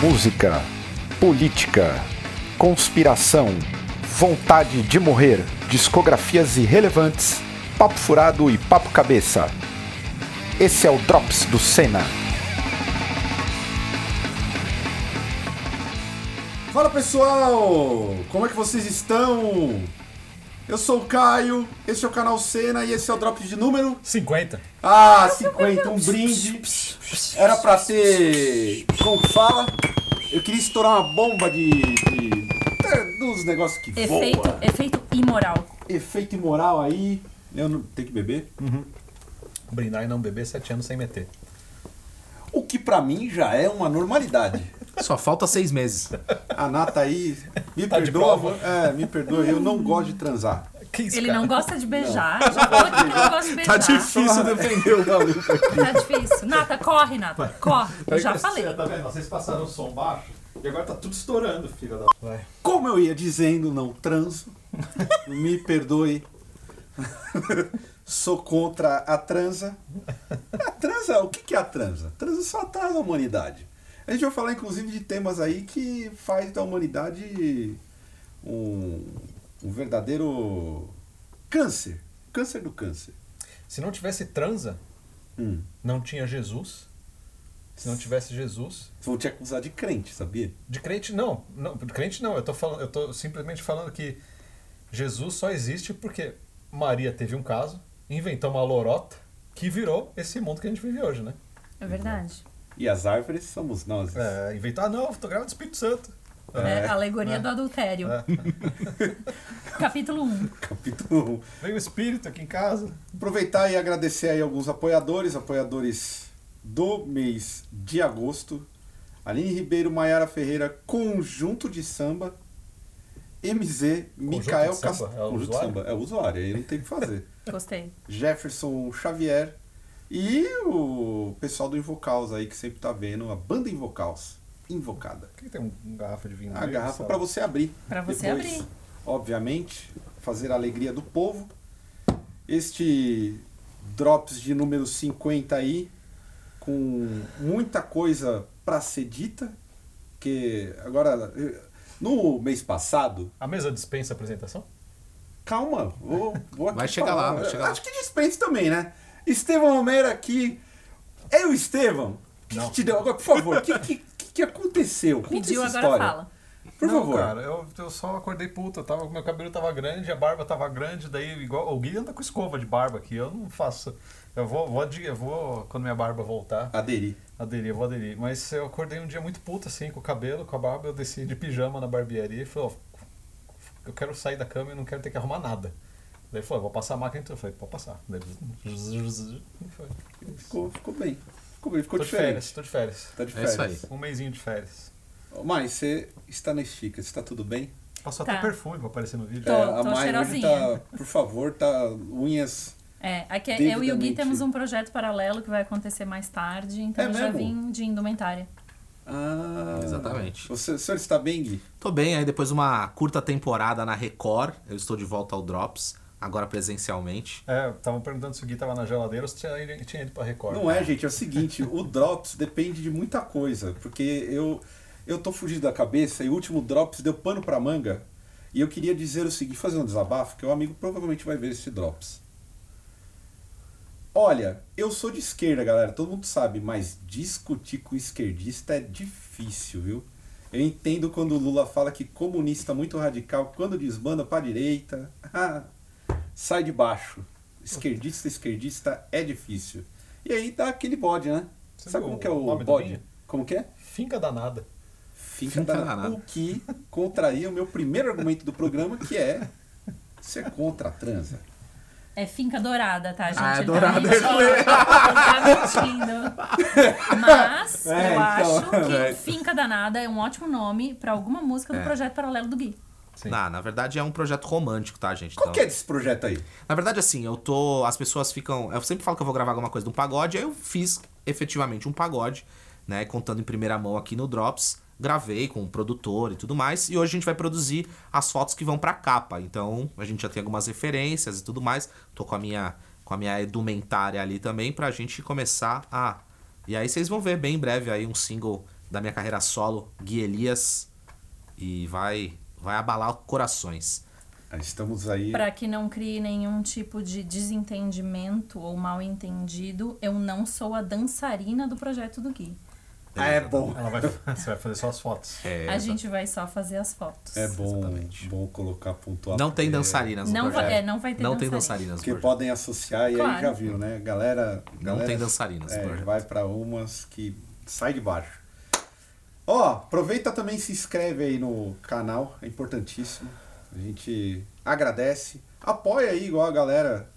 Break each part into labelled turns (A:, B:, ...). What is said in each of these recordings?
A: música, política, conspiração, vontade de morrer, discografias irrelevantes, papo furado e papo cabeça. Esse é o Drops do Senna.
B: Fala pessoal! Como é que vocês estão? Eu sou o Caio, esse é o canal Cena e esse é o drop de número
C: 50.
B: Ah, 50, um brinde. Era pra ter. Como que fala? Eu queria estourar uma bomba de. de- é, dos negócios que
D: Efeito,
B: voa.
D: efeito é imoral.
B: Efeito imoral aí. Eu não tenho que beber.
C: Brindar e não beber sete anos sem meter.
B: O que pra mim já é uma normalidade.
E: Só falta seis meses.
B: A Nata aí, me
C: Tá de
B: perdoa.
C: prova.
B: É, me perdoa, eu não gosto de transar.
C: Que isso,
D: Ele
C: cara?
D: não gosta de beijar. Já falou aqui que não gosta de beijar.
E: Tá difícil
B: Ah.
E: defender o Gaúcho.
D: Tá difícil. Nata, corre, Nata. Corre. Eu já falei.
F: Tá vendo? Vocês passaram o som baixo e agora tá tudo estourando, filha da.
B: Como eu ia dizendo, não transo. Me perdoe. Sou contra a transa. A transa, o que que é a transa? Transa só atrasa a humanidade. A gente vai falar, inclusive, de temas aí que faz da humanidade um, um verdadeiro câncer. Câncer do câncer.
C: Se não tivesse transa,
B: Hum.
C: não tinha Jesus. Se não tivesse Jesus.
B: Vão te acusar de crente, sabia?
C: De crente não. não de crente não. Eu tô, falando, eu tô simplesmente falando que Jesus só existe porque Maria teve um caso, inventou uma lorota que virou esse mundo que a gente vive hoje, né?
D: É verdade.
B: E as árvores somos nós.
C: É, inventou, ah não, eu tô grávida do Espírito Santo.
D: É, alegoria do adultério. Capítulo 1.
B: Capítulo 1.
C: Veio o Espírito aqui em casa.
B: Aproveitar e agradecer aí alguns apoiadores, apoiadores do mês de agosto. Aline Ribeiro, Maiara Ferreira, Conjunto de Samba, MZ, Micael
C: de Samba?
B: Castro.
C: É o
B: Conjunto de
C: usuário?
B: Samba, é o usuário, aí não tem o que fazer.
D: Gostei.
B: Jefferson Xavier e o pessoal do Invocaus aí que sempre tá vendo, a banda Invocaus, invocada.
C: Por que tem um, um garrafa de vinho?
B: A
C: verde,
B: Ah, garrafa
C: sabe?
B: para você abrir.
D: Pra você abrir.
B: Obviamente, fazer a alegria do povo. Este drops de número 50 aí com muita coisa para ser dita, que agora eu- no mês passado,
C: A mesa dispensa a apresentação?
B: calma, vou, vou aqui
E: Vai chegar
B: falar.
E: lá, vai chegar lá.
B: Acho que dispense também, né? Estevão Romero aqui. Eu, Estevão, o que, que te deu agora, por favor? O que, que, que- que aconteceu? Conta
D: Pediu,
B: essa
D: agora
B: história.
D: fala.
B: Por
C: não,
B: favor.
C: Cara, eu, eu só acordei puta, tava, meu cabelo tava grande, a barba tava grande, daí igual. O Gui anda com escova de barba aqui, eu não faço. Eu vou, vou, adi- eu vou quando minha barba voltar,
B: Aderir.
C: aderir, eu vou aderir. Mas eu acordei um dia muito puta, assim, com o cabelo, com a barba, eu desci de pijama na barbearia e falei, ó, eu quero sair da cama e não quero ter que arrumar nada. Daí falou, vou passar a máquina então. Eu falei, pode passar. Daí, e foi.
B: Ficou, ficou bem. Ficou bem, ficou
C: Tô de
B: diferente.
C: férias, tô de férias.
B: Tá de
E: É isso
B: férias.
C: Um mesinho de férias.
B: Mas você está na estica, você tá tudo bem? É,
C: Passou
D: Tá.
C: até perfume pra aparecer no vídeo.
D: Tô,
B: a
D: tô
B: Mai hoje
D: cheirosinha.
B: tá, por favor, tá unhas.
D: É, aqui eu e o Gui
B: Devidamente.
D: temos um projeto paralelo que vai acontecer mais tarde, então
B: É
D: eu já
B: mesmo?
D: vim de indumentária.
B: Ah,
E: Exatamente.
B: Você, o senhor está bem, Gui?
E: Tô bem, aí depois de uma curta temporada na Record, eu estou de volta ao Drops, agora presencialmente.
C: É, estavam perguntando se o Gui tava na geladeira ou se tinha, ele tinha ido pra Record.
B: Não é, gente, é o seguinte, o Drops depende de muita coisa, porque eu eu tô fugindo da cabeça e o último Drops deu pano pra manga. E eu queria dizer o seguinte, fazer um desabafo, que o amigo provavelmente vai ver esse Drops. Olha, eu sou de esquerda, galera, todo mundo sabe, mas discutir com esquerdista é difícil, viu? Eu entendo quando o Lula fala que comunista muito radical, quando desbanda pra direita, sai de baixo. Esquerdista, esquerdista é difícil. E aí dá aquele bode, né?
C: Você
B: Sabe
C: viu
B: como que é
C: o
B: o
C: nome do
B: bode?
C: vinho?
B: Como que é?
C: Finca danada.
B: Fica,
E: Fica
C: tá
B: danado.
E: danado.
B: O que contraria o meu primeiro argumento do programa, que é ser contra a transa.
C: Então.
D: É finca dourada, tá, gente?
E: Ah, é
D: Ele
E: dourada,
D: Tá mentindo. Ele tá mentindo. Mas
B: É,
D: eu
B: então,
D: acho que
B: é.
D: finca danada é um ótimo nome pra alguma música do
E: É.
D: projeto paralelo do Gui.
C: Sim.
E: Na, na verdade é um projeto romântico, tá, gente?
B: Qual
E: Então-
B: que é desse projeto aí?
E: Na verdade, assim, eu tô. As pessoas ficam. Eu sempre falo que eu vou gravar alguma coisa de um pagode, aí eu fiz efetivamente um pagode, né? Contando em primeira mão aqui no Drops. Gravei com o produtor e tudo mais. E hoje a gente vai produzir as fotos que vão pra capa. Então, a gente já tem algumas referências e tudo mais. Tô com a minha, com a minha edumentária ali também pra gente começar a. E aí vocês vão ver bem em breve aí um single da minha carreira solo, Gui Elias, e vai, vai abalar corações.
B: Ah, Estamos aí.
D: Pra que não crie nenhum tipo de desentendimento ou mal entendido, eu não sou a dançarina do projeto do Gui.
B: Ah, é bom.
C: Ela vai, você vai fazer só as fotos.
E: É,
D: a gente vai só fazer as fotos.
B: É bom, bom colocar pontuação.
E: Não tem dançarinas no
D: Não vai,
E: projeto.
D: é, não vai ter
E: Não tem
D: dançarina.
E: dançarinas no
B: Porque
E: projeto.
B: podem associar e aí
D: Claro.
B: já viu, né? Galera.
E: Não
B: galera-
E: tem dançarinas no
B: É,
E: projeto.
B: vai pra umas que sai de baixo. Ó, aproveita também e se inscreve aí no canal, é importantíssimo. A gente agradece. Apoia aí, igual a galera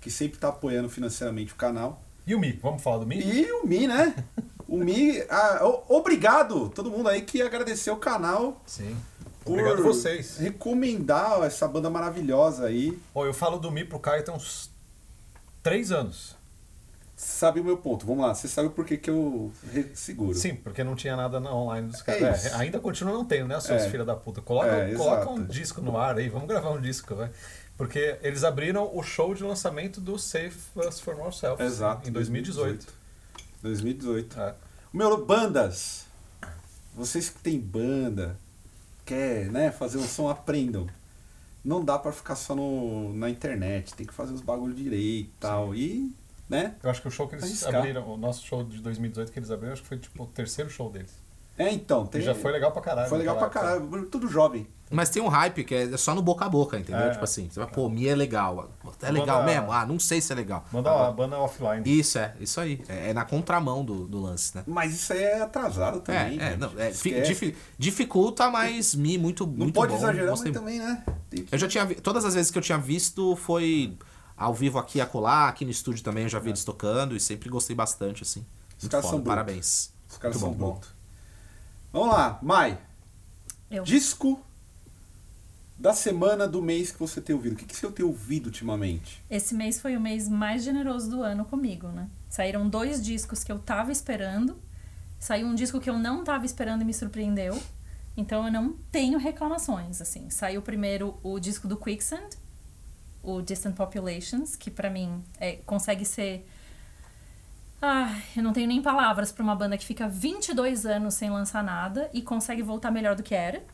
B: que sempre tá apoiando financeiramente o canal.
C: E o Mi? Vamos falar do Mi?
B: E o Mi, né? O Mi. ah, o- obrigado todo mundo aí que agradeceu o canal.
C: Sim.
B: por
C: Obrigado a vocês.
B: Recomendar essa banda maravilhosa aí.
C: Ó, eu falo do Mi pro Caio tem uns três anos.
B: Sabe o meu ponto. Vamos lá, você sabe por que, que eu re- seguro.
C: Sim, porque não tinha nada na online dos
B: É
C: caras. É,
B: isso.
C: ainda continua não tendo, né, seus
B: É.
C: filha da puta? Coloca,
B: É,
C: coloca
B: exato.
C: um disco no ar aí, vamos gravar um disco, vai. Porque eles abriram o show de lançamento do Save Us For Ourselves
B: Exato.
C: em 2018.
B: 2018.
C: É.
B: O Meu, bandas. Vocês que têm banda, quer né, fazer um som, aprendam. Não dá pra ficar só no, na internet, tem que fazer os bagulho direito e tal. E, né?
C: Eu acho que o show que eles
B: Arriscar.
C: abriram, o nosso show de 2018 que eles abriram, acho que foi tipo o terceiro show deles.
B: É, então,
C: E
B: tem.
C: já foi legal pra caralho.
B: Foi legal pra
C: naquela época.
B: caralho, tudo jovem.
E: Mas tem um hype que é só no boca a boca, entendeu?
C: É.
E: Tipo assim, você vai, pô, Mi é legal. É legal
C: Manda-
E: mesmo? Ah, não sei se é legal.
C: Manda
B: Ah,
C: uma banda offline.
E: Isso, é, isso aí. É, é na contramão do, do lance, né?
B: Mas isso aí é atrasado também.
E: é, é,
B: gente.
E: não, é, fi-
B: Esquece.
E: difi- dificulta, mas Mi muito,
B: Não
E: muito
B: pode
E: bom.
B: exagerar,
E: Gostei
B: mas também, né? Tem que-
E: Eu já tinha vi... Todas as vezes que eu tinha visto foi ao vivo aqui e acolá, aqui no estúdio também eu já vi eles tocando e sempre gostei bastante, assim. Muito
B: É. caras
E: foda,
B: são brutos.
E: parabéns.
B: Os caras
E: Muito
B: são
E: bom.
B: brutos. Vamos lá, Mai.
D: Eu.
B: Disco da semana, do mês que você tem ouvido. O que, que você tem ouvido ultimamente?
D: Esse mês foi o mês mais generoso do ano comigo, né? Saíram dois discos que eu tava esperando. Saiu um disco que eu não tava esperando e me surpreendeu. Então eu não tenho reclamações, assim. Saiu primeiro o disco do Quicksand, o Distant Populations, que pra mim é, consegue ser. Ah, eu não tenho nem palavras pra uma banda que fica 22 anos sem lançar nada e consegue voltar melhor do que era.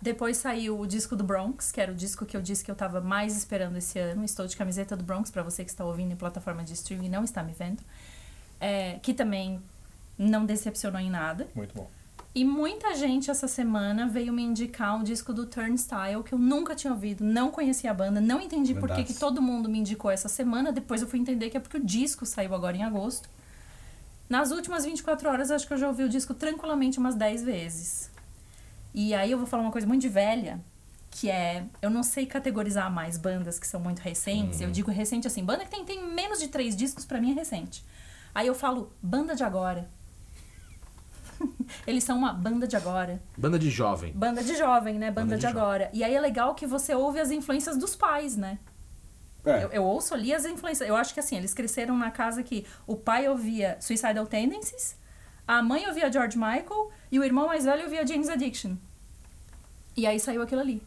D: Depois saiu o disco do Bronx, que era o disco que eu disse que eu tava mais esperando esse ano. Estou de camiseta do Bronx, pra você que está ouvindo em plataforma de streaming e não está me vendo. É, que também não decepcionou em nada.
C: Muito bom.
D: E muita gente essa semana veio me indicar um disco do Turnstile que eu nunca tinha ouvido, não conhecia a banda, não entendi por que
B: Bandaço.
D: que todo mundo me indicou essa semana. Depois eu fui entender que é porque o disco saiu agora em agosto. Nas últimas 24 horas, acho que eu já ouvi o disco tranquilamente umas 10 vezes. E aí eu vou falar uma coisa muito de velha, que é, eu não sei categorizar mais bandas que são muito recentes. Eu digo recente assim, banda que tem, tem menos de três discos, pra mim é recente. Aí eu falo, banda de agora. Eles são uma banda de agora.
E: Banda de jovem.
D: Banda de jovem, né? Banda,
E: Banda de
D: de, agora. E aí é legal que você ouve as influências dos pais, né?
B: É,
D: Eu, eu ouço ali as influências. Eu acho que assim, eles cresceram na casa que o pai ouvia Suicidal Tendencies, a mãe ouvia George Michael e o irmão mais velho ouvia James Addiction. E aí saiu aquilo ali.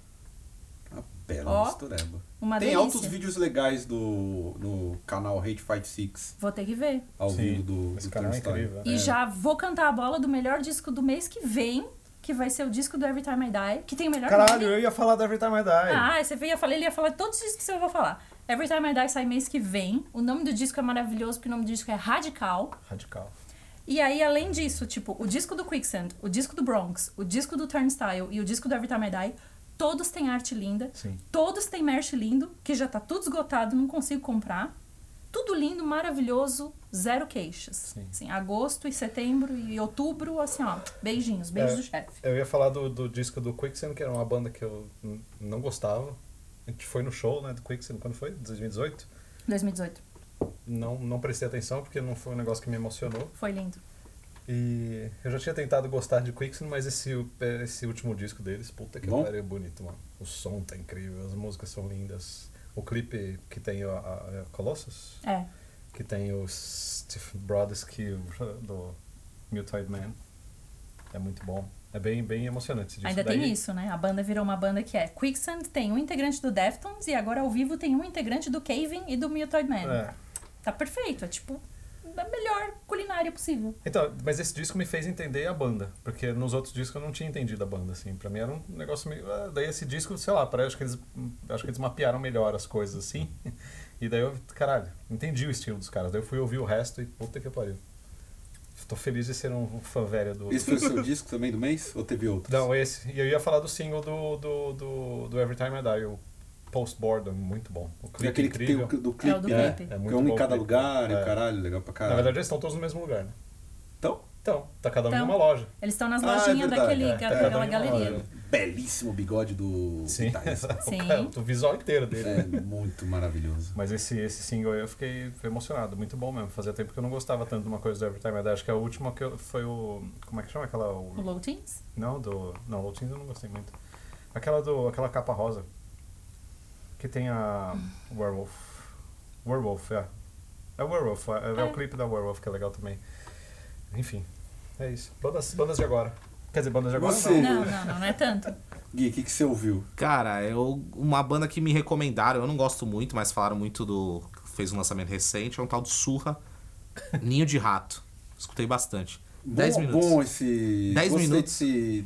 B: uma bela
D: Ó,
B: mistureba.
D: Uma
B: Tem
D: delícia.
B: altos vídeos legais do, no canal Hate Fight Six,
D: Vou ter que ver.
B: ao
C: Sim,
B: vivo do,
C: Esse
B: do
C: canal é
B: Turnstile.
C: incrível.
D: E
C: né?
D: já vou cantar a bola do melhor disco do mês que vem, que vai ser o disco do Every Time I Die, que tem o melhor
C: Caralho,
D: nome.
C: eu ia falar da Every Time I Die.
D: Ah, você ia falar, ele ia falar todos os discos que eu vou falar. Every Time I Die sai mês que vem. O nome do disco é maravilhoso, porque o nome do disco é Radical.
C: Radical.
D: E aí, além disso, tipo, o disco do Quicksand, o disco do Bronx, o disco do Turnstile e o disco do Every Time I Die, todos têm arte linda.
C: Sim.
D: Todos têm merch lindo, que já tá tudo esgotado, não consigo comprar. Tudo lindo, maravilhoso, zero queixas.
C: Sim.
D: Assim, agosto e setembro e outubro, assim, ó, beijinhos, beijos
C: É.
D: do chefe.
C: Eu ia falar do, do disco do Quicksand, que era uma banda que eu n- não gostava. A gente foi no show, né, do Quicksand, quando foi? 2018?
D: 2018.
C: Não, não prestei atenção, porque não foi um negócio que me emocionou.
D: Foi lindo.
C: E eu já tinha tentado gostar de Quicksand, mas esse, esse último disco deles, puta que
B: Bom.
C: pariu, é bonito, mano. O som tá incrível, as músicas são lindas. O clipe que tem a, a- a Colossus,
D: É.
C: que tem o Steve Brothers que, o- do Mutoid Man, é muito bom. É bem, bem emocionante esse disco.
D: Ainda tem
C: Daí-
D: isso, né? A banda virou uma banda que é Quicksand, tem um integrante do Deftones e agora ao vivo tem um integrante do Caving e do Mutoid Man.
C: É,
D: Tá perfeito, é tipo da melhor culinária possível.
C: Então, mas esse disco me fez entender a banda, porque nos outros discos eu não tinha entendido a banda, assim. Pra mim era um negócio meio. ah, Daí esse disco, sei lá, parece que eles. Acho que eles mapearam melhor as coisas, assim. E daí eu, caralho, entendi o estilo dos caras. Daí eu fui ouvir o resto e puta que pariu. Tô feliz de ser um fã velho do.
B: Esse foi o seu disco também do mês? Ou teve outros?
C: Não, esse. E eu ia falar do single do, do, do, do Every Time I Die, o Post Boredom, muito bom. O
B: Tem
C: clipe
B: aquele que tem
C: incrível.
B: o do
D: É o
B: clipe,
D: do
B: né?
D: clipe.
C: É
B: Que
C: muito
B: é um
C: bom
B: em
C: o
B: cada
C: clipe.
B: lugar, e o
C: É.
B: caralho, legal pra
C: Na
B: caralho.
C: verdade, eles estão todos no mesmo lugar, né?
B: então,
C: Então, tá cada um em
D: Então.
C: uma loja.
D: Eles estão nas
B: Ah, é
D: lojinhas
B: verdade,
D: daquele,
C: é. Cada
D: daquela
C: um
D: galeria.
C: olha.
B: belíssimo bigode do
C: Sim.
B: guitarrista.
D: Sim.
C: O, cara, o visual inteiro dele.
B: É muito maravilhoso.
C: Mas esse, esse single aí eu fiquei emocionado, muito bom mesmo. Fazia tempo que eu não gostava tanto de uma coisa do Every Time I Die. Acho que a última que eu, foi o. Como é que chama aquela?
D: O
C: O,
D: Low Teens?
C: não, do. Não, Low Teens eu não gostei muito. Aquela do. Aquela capa rosa. Que tem a. Werewolf. Werewolf, é. É o Werewolf, é, é
D: É.
C: o clipe da Werewolf que é legal também. Enfim, é isso. Bandas, bandas de agora. Quer dizer, bandas de agora
B: Você.
C: não.
D: Não, não, não, não é tanto.
B: Gui, o que, que você ouviu?
E: Cara, eu, uma banda que me recomendaram, eu não gosto muito, mas falaram muito do. Fez um lançamento recente, é um tal de Surra Ninho de Rato. Escutei bastante. 10
B: bom,
E: minutos.
B: Bom esse.
E: Dez
B: gostei
E: minutos.
B: desse-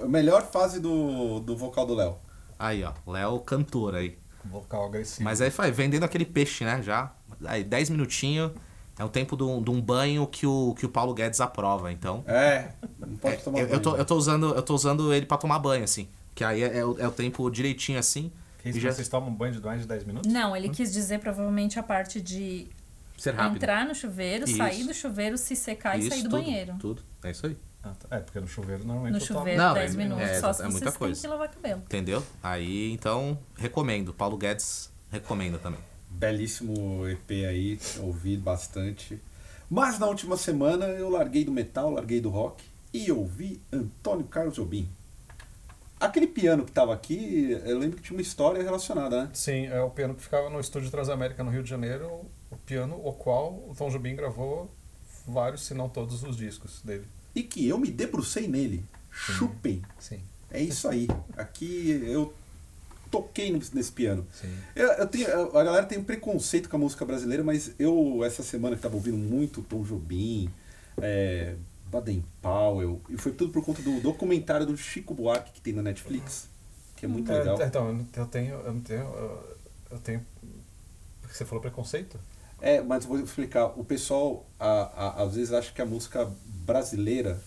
B: a melhor fase do, do vocal do Léo.
E: Aí, ó. Léo cantor aí.
C: Vocal agressivo.
E: Mas aí foi vendendo aquele peixe, né? Já. Aí, 10 minutinhos. É o tempo de um, de um banho que o, que o Paulo Guedes aprova, então.
B: É, não pode tomar
E: Eu, eu tô,
B: banho. né?
E: eu, tô usando, eu tô usando ele pra tomar banho, assim. Que aí é, é o, é o tempo direitinho, assim.
C: Que
E: E
C: isso,
E: já
C: Vocês tomam banho de mais de 10 minutos?
D: Não, ele quis dizer provavelmente a parte de
E: ser rápido.
D: entrar no chuveiro,
E: Isso.
D: sair do chuveiro, se secar e
E: Isso,
D: sair do
E: tudo,
D: banheiro.
E: Tudo. É isso aí.
C: Ah, tá. É, porque no chuveiro normalmente
D: No
C: eu tomo.
D: chuveiro,
E: Não,
D: 10
E: é-
D: minutos,
E: é,
D: só se
E: é
D: vocês
E: muita
D: têm
E: coisa.
D: que lavar cabelo.
E: Entendeu? Aí, então, recomendo. Paulo Guedes recomenda também.
B: Belíssimo EP aí, ouvi bastante. Mas na última semana eu larguei do metal, larguei do rock e ouvi Antônio Carlos Jobim. Aquele piano que tava aqui, eu lembro que tinha uma história relacionada, né?
C: Sim, é o piano que ficava no estúdio Transamérica no Rio de Janeiro, o piano o qual o Tom Jobim gravou vários, se não todos, os discos dele.
B: E que eu me debrucei nele. Chupem.
C: Sim,
B: É isso aí. Aqui eu toquei nesse nesse piano.
C: sim.
B: Eu, eu tenho, eu- a galera tem um preconceito com a música brasileira, mas eu, essa semana que tava ouvindo muito Tom Jobim, é, Baden Powell, e foi tudo por conta do documentário do Chico Buarque que tem na Netflix, que é muito legal.
C: Então, eu não- eu tenho, eu não tenho, eu- eu tenho... Você falou preconceito?
B: É, mas eu vou explicar. O pessoal a- a- às vezes acha que a música brasileira,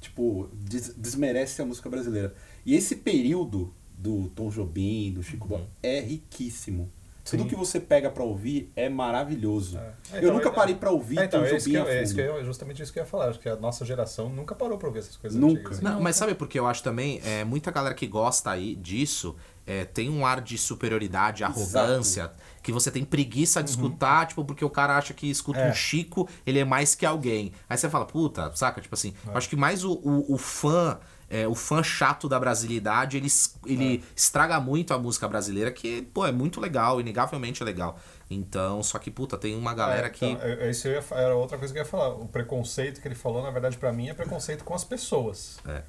B: tipo, des- desmerece a música brasileira. E esse período do Tom Jobim, do Chico Buarque, é riquíssimo. Tudo
C: Uhum. Sim.
B: que você pega pra ouvir é maravilhoso.
C: É.
B: eu
C: Então,
B: nunca
C: é-
B: parei pra ouvir
C: É, então,
B: Tom
C: é, isso que
B: Jobim
C: eu,
B: a
C: é, isso que
B: fundo.
C: eu- é justamente isso que eu ia falar. Acho que a nossa geração nunca parou pra ouvir essas coisas
B: Nunca.
C: antigas.
E: Não, mas sabe por que eu acho também? É, muita galera que gosta aí disso é, tem um ar de superioridade, arrogância, que você tem preguiça de escutar, tipo, porque o cara acha que escuta
C: Uhum. É.
E: um Chico, ele é mais que alguém. Aí você fala, puta, saca? Tipo assim,
C: É.
E: eu acho que mais o, o, o fã. é, o fã chato da brasilidade, ele, es-
C: É.
E: ele estraga muito a música brasileira, que, pô, é muito legal, inegavelmente é legal. Então, só que, puta, tem uma galera
C: É,
E: que.
C: então, é- é isso eu ia fa- era outra coisa que eu ia falar. O preconceito que ele falou, na verdade, pra mim é preconceito com as pessoas.
E: É.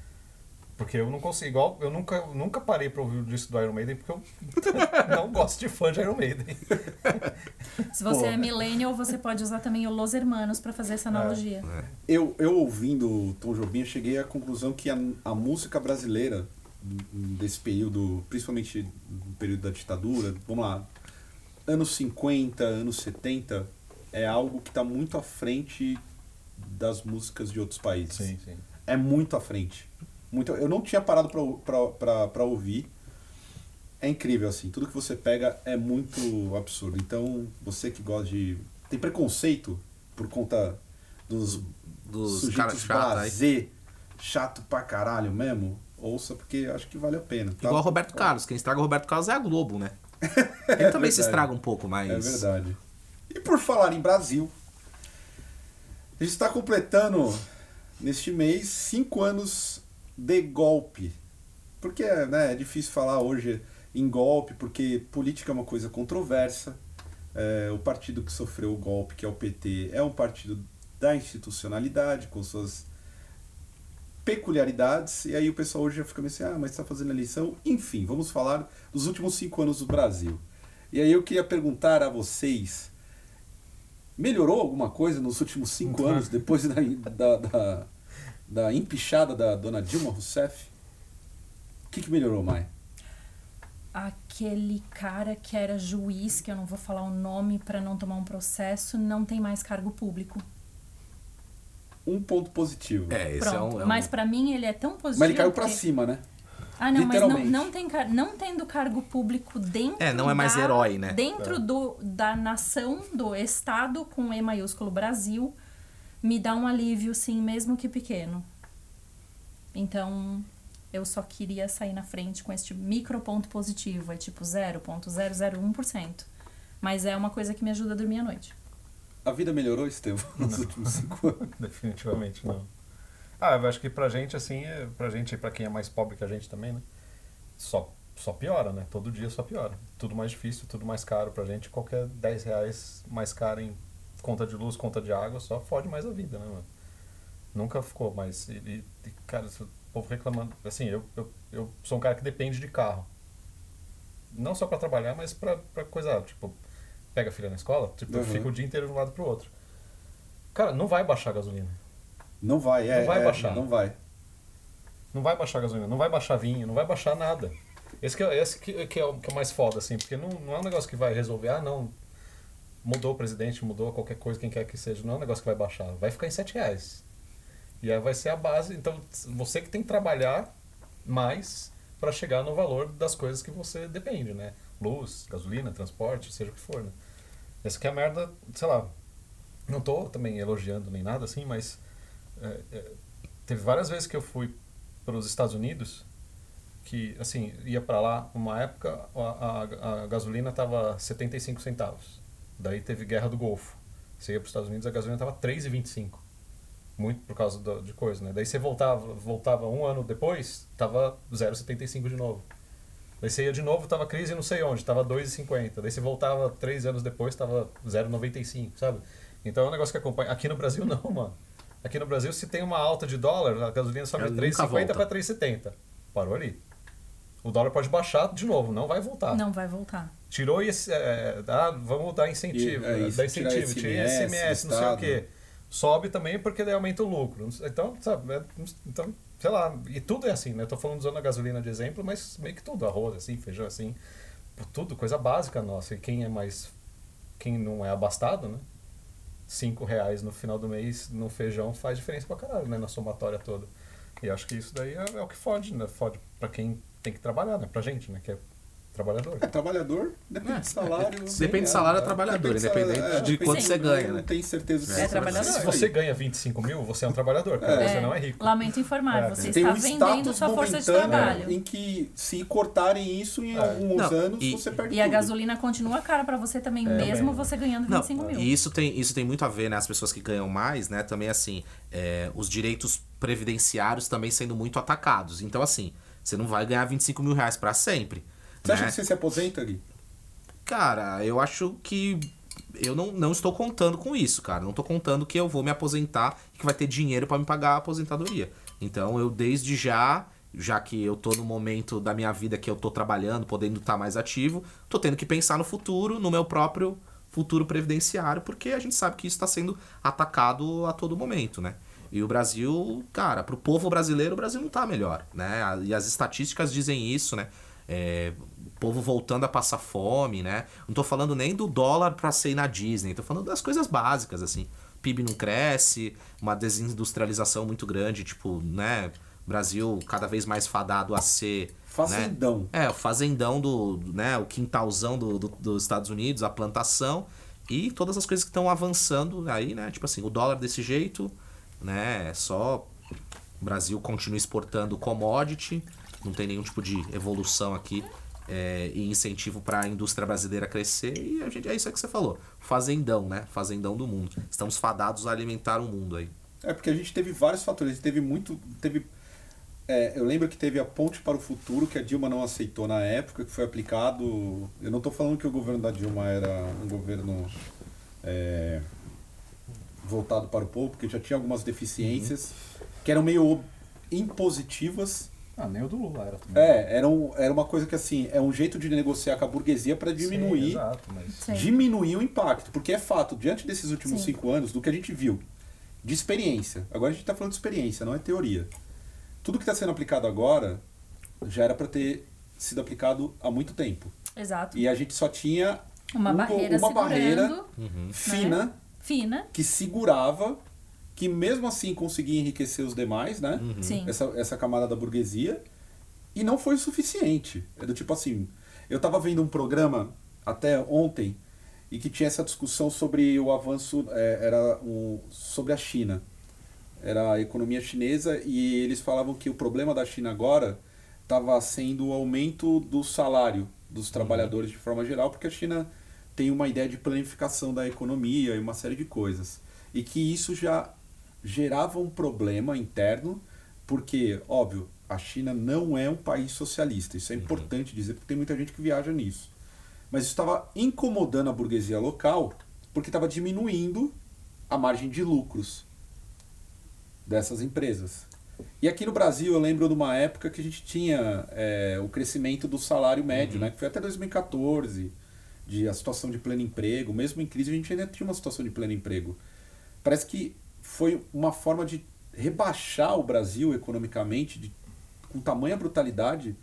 C: Porque eu não consigo, igual, eu nunca, nunca parei pra ouvir o disco do Iron Maiden, porque eu não gosto de fã de Iron Maiden.
D: Se você é millennial, você pode usar também o Los Hermanos pra fazer essa analogia.
B: Eu, eu ouvindo o Tom Jobim, eu cheguei à conclusão que a, a música brasileira hum, desse período, principalmente no período da ditadura, vamos lá, anos 50, anos 70, é algo que está muito à frente das músicas de outros países.
C: sim.
B: É muito à frente. Muito, eu não tinha parado pra ou- pra- pra pra ouvir. É incrível, assim. Tudo que você pega é muito absurdo. Então, você que gosta de. Tem preconceito por conta dos,
E: Dos caras
B: sujeitos
E: chatos aí.
B: blazer, chato pra caralho mesmo. Ouça, porque acho que vale a pena. tá?
E: Igual Roberto Carlos. Quem estraga o Roberto Carlos é a Globo, né? Ele também se
B: verdade.
E: estraga um pouco, mas.
B: É verdade. E por falar em Brasil, a gente está completando neste mês cinco anos de golpe. Porque né, é difícil falar hoje em golpe, porque política é uma coisa controversa. É, o partido que sofreu o golpe, que é o PT, é um partido da institucionalidade, com suas peculiaridades. E aí o pessoal hoje já fica meio assim, ah, mas está fazendo eleição. Enfim, vamos falar dos últimos cinco anos do Brasil. E aí eu queria perguntar a vocês Melhorou alguma coisa nos últimos cinco anos, depois da, da, da, da empichada da dona Dilma Rousseff? O que, que melhorou, Mai?
D: Aquele cara que era juiz, que eu não vou falar o nome pra não tomar um processo, não tem mais cargo público.
B: Um ponto positivo.
E: É, esse
D: Pronto.
E: é um. é um-
D: Mas pra mim ele é tão positivo.
B: Mas ele caiu pra
D: porque-
B: cima, né?
D: Ah, não, mas não,
B: Literalmente.
D: não, tem, car- não tendo cargo público dentro.
E: É, não é mais
D: da-
E: herói, né?
D: Dentro
E: É.
D: do, da nação, do Estado, com E maiúsculo Brasil, me dá um alívio, sim, mesmo que pequeno. Então, eu só queria sair na frente com este micro ponto positivo, é tipo 0,001%. Mas é uma coisa que me ajuda a dormir à noite.
B: A vida melhorou, Estevão, nos últimos cinco anos.
C: Definitivamente não. Ah, eu acho que pra gente, assim, é- pra gente, pra quem é mais pobre que a gente também, né? Só, só piora, né? Todo dia só piora. Tudo mais difícil, tudo mais caro pra gente. Qualquer 10 reais mais caro em conta de luz, conta de água, só fode mais a vida, né, mano? Nunca ficou mais. E, e- e, cara, esse povo reclamando. Assim, eu, eu, eu sou um cara que depende de carro. Não só pra trabalhar, mas pra, pra coisa. Tipo, pega a filha na escola, tipo, eu
B: Uhum.
C: fico o dia inteiro de um lado pro outro. Cara, não vai baixar a gasolina.
B: Não vai, é.
C: Não vai
B: é,
C: baixar.
B: Não vai.
C: Não vai baixar gasolina, não vai baixar vinho, não vai baixar nada. Esse que é, esse que, que é, o, que é o mais foda, assim, porque não, não é um negócio que vai resolver, ah, não, mudou o presidente, mudou qualquer coisa, quem quer que seja, não é um negócio que vai baixar, vai ficar em 7 reais. E aí vai ser a base, então você que tem que trabalhar mais para chegar no valor das coisas que você depende, né? Luz, gasolina, transporte, seja o que for, né? Essa que é a merda, sei lá, não tô também elogiando nem nada assim, mas é, é, teve várias vezes que eu fui para os Estados Unidos que assim ia para lá uma época a, a, a gasolina tava 75 centavos daí teve guerra do Golfo você ia para os Estados Unidos a gasolina tava 3,25 muito por causa do- de coisa né daí você voltava voltava um ano depois tava 0,75 de novo daí você ia de novo tava crise não sei onde tava 2,50 daí você voltava três anos depois tava 0,95 sabe então é um negócio que acompanha aqui no Brasil não mano aqui no Brasil se tem uma alta de dólar a gasolina sobe
E: Ela
C: de
E: nunca
C: 3,50
E: volta.
C: para 3,70 parou ali o dólar pode baixar de novo, não vai
E: Ah.
C: voltar.
D: Não vai voltar.
C: Tirou esse. é, ah, vamos dar incentivo. né?
B: E, é isso,
C: dá
B: tirar
C: incentivo, tira
B: SMS,
C: SMS, não sei o
B: Estado.
C: quê. Sobe também porque daí aumenta o lucro. Então, sabe, é- então, sei lá, e tudo é assim, né? Eu tô falando usando a gasolina de exemplo, mas meio que tudo, arroz assim, feijão assim, tudo, coisa básica nossa. E quem é mais. Quem não é abastado, né? Cinco reais no final do mês no feijão faz diferença pra caralho, né? Na somatória toda. E acho que isso daí é, é o que fode, né? Fode pra quem tem que trabalhar, né? Pra gente, né? Que é trabalhador.
B: É, trabalhador, depende do salário.
E: Depende do salário, é
B: é,
E: trabalhador,
B: depende do
E: independente
B: salário,
E: de
B: depende
E: quanto
B: do
E: você
B: salário,
E: ganha, né?
B: Não tem certeza se
D: É trabalhador.
C: Se você ganha 25 mil, você é um trabalhador, cara.
B: É.
C: Você não é rico.
D: Lamento informar,
C: É.
D: você
B: tem um
D: está vendendo
B: status
D: sua força de
B: momentâneo
E: né?
D: trabalho.
B: em que se cortarem isso em alguns
E: É. Não,
B: anos,
E: e-
B: você perde
D: E a
B: tudo.
D: gasolina continua cara pra você
B: É,
D: também, mesmo
C: também.
D: você ganhando 25 mil.
E: E isso tem, isso tem muito a ver, né? As pessoas que ganham mais, né? Também, assim, é, os direitos previdenciários também sendo muito atacados. Então, assim, você não vai ganhar 25 mil reais pra sempre.
B: Você acha
E: né?
B: que você se aposenta, Gui?
E: Cara, eu acho que. Eu não, não estou contando com isso, cara. Não estou contando que eu vou me aposentar e que vai ter dinheiro para me pagar a aposentadoria. Então, eu desde já, já que eu tô no momento da minha vida que eu tô trabalhando, podendo estar mais ativo, tô tendo que pensar no futuro, no meu próprio futuro previdenciário, porque a gente sabe que isso está sendo atacado a todo momento, né? E o Brasil, cara, pro povo brasileiro, o Brasil não tá melhor, né? A- E as estatísticas dizem isso, né? É, o povo voltando a passar fome, né? Não tô falando nem do dólar pra ser ir na Disney, tô falando das coisas básicas, assim. PIB não cresce, uma desindustrialização muito grande, tipo, né? Brasil cada vez mais fadado a ser. né?
B: Fazendão.
E: É, o fazendão do, do, né, o quintalzão do, do- dos Estados Unidos, a plantação e todas as coisas que estão avançando aí, né? Tipo assim, o dólar desse jeito, né? é Só o Brasil continua exportando commodity, não tem nenhum tipo de evolução aqui é, e incentivo para a indústria brasileira crescer e a gente é isso aí que você falou, fazendão, né? Fazendão do mundo. Estamos fadados a alimentar o mundo aí.
B: É. porque a gente teve vários fatores. Teve muito. Teve, é, eu lembro que teve a ponte para o futuro que a Dilma não aceitou na época, que foi aplicado. Eu não estou falando que o governo da Dilma era um governo é, voltado para o povo, porque já tinha algumas deficiências que eram meio ob- impositivas
C: Ah, nem o do Lula era também.
B: É, era, um, era uma coisa que assim, é um jeito de negociar com a burguesia para
C: Sim,
B: diminuir
C: É, exato, mas...
D: Sim.
B: diminuir o impacto. Porque é fato, diante desses últimos
D: Sim.
B: cinco anos, do que a gente viu de experiência. Agora a gente está falando de experiência, não é teoria. Tudo que está sendo aplicado agora já era para ter sido aplicado há muito tempo.
D: Exato.
B: E a gente só tinha
D: Uma
B: um-
D: barreira
B: uma barreira
D: segurando, né?
B: fina
D: fina,
B: que segurava, que mesmo assim conseguia enriquecer os demais, né?
D: sim.
B: essa, essa camada da burguesia e não foi o suficiente. É do tipo assim, eu tava vendo um programa até ontem e que tinha essa discussão sobre o avanço é, era um, sobre a China. Era a economia chinesa e eles falavam que o problema da China agora estava sendo o aumento do salário dos trabalhadores de forma geral, porque a China tem uma ideia de planificação da economia e uma série de coisas. E que isso já gerava um problema interno, porque, óbvio, a China não é um país socialista. Isso é importante dizer, porque tem muita gente que viaja nisso. Mas isso estava incomodando a burguesia local, porque estava diminuindo a margem de lucros dessas empresas. E aqui no Brasil, eu lembro de uma época que a gente tinha é, o crescimento do salário médio, né? que foi até 2014, de a situação de pleno emprego. Mesmo em crise, a gente ainda tinha uma situação de pleno emprego. Parece que foi uma forma de rebaixar o Brasil economicamente de, com tamanha brutalidade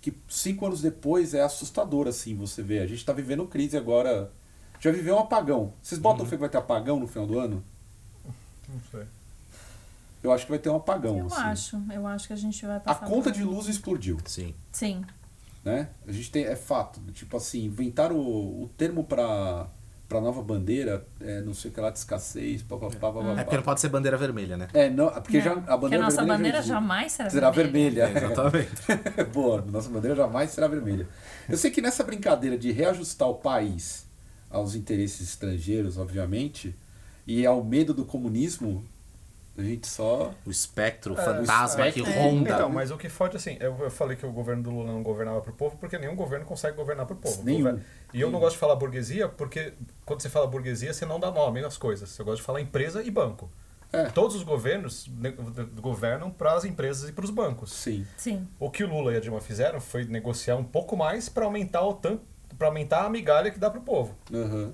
B: que cinco anos depois é assustador, assim, você vê. A gente está vivendo crise agora. Já viveu um apagão. Vocês botam fé que vai ter apagão no final do ano?
C: Não sei.
B: Eu acho que vai ter um apagão.
D: Eu
B: assim.
D: acho, eu acho que a gente vai
B: A
D: passar.
B: conta
D: por-
B: de luz explodiu,
E: Sim.
D: Sim,
B: né? A gente tem, é fato, tipo assim, inventaram o, o termo para para nova bandeira, é, não sei o que lá de escassez, papapá,
E: É porque não pode ser bandeira vermelha, né?
B: É, não, porque já a
D: Não, porque a
B: bandeira
D: nossa
B: vermelha já
D: bandeira
B: existe.
D: jamais será
B: será
D: vermelha.
B: vermelha.
E: É, Exatamente.
B: Boa, nossa bandeira jamais será vermelha. Eu sei que nessa brincadeira de reajustar o país aos interesses estrangeiros, obviamente, e ao medo do comunismo, a gente só.
E: O espectro
C: É,
E: fantasma que
B: espectro.
E: ronda.
C: Então, mas o que fode, assim, eu, eu falei que o governo do Lula não governava pro povo, porque nenhum governo consegue governar pro povo.
B: Nenhum.
C: Gover- E eu não gosto de falar burguesia, porque quando você fala burguesia, você não dá nome nas coisas. Eu gosto de falar empresa e banco.
B: É.
C: Todos os governos ne- governam para as empresas e para os bancos.
B: Sim.
D: sim.
C: O que o Lula e a Dilma fizeram foi negociar um pouco mais para aumentar o tanto, para aumentar a migalha que dá pro povo.
B: Aham.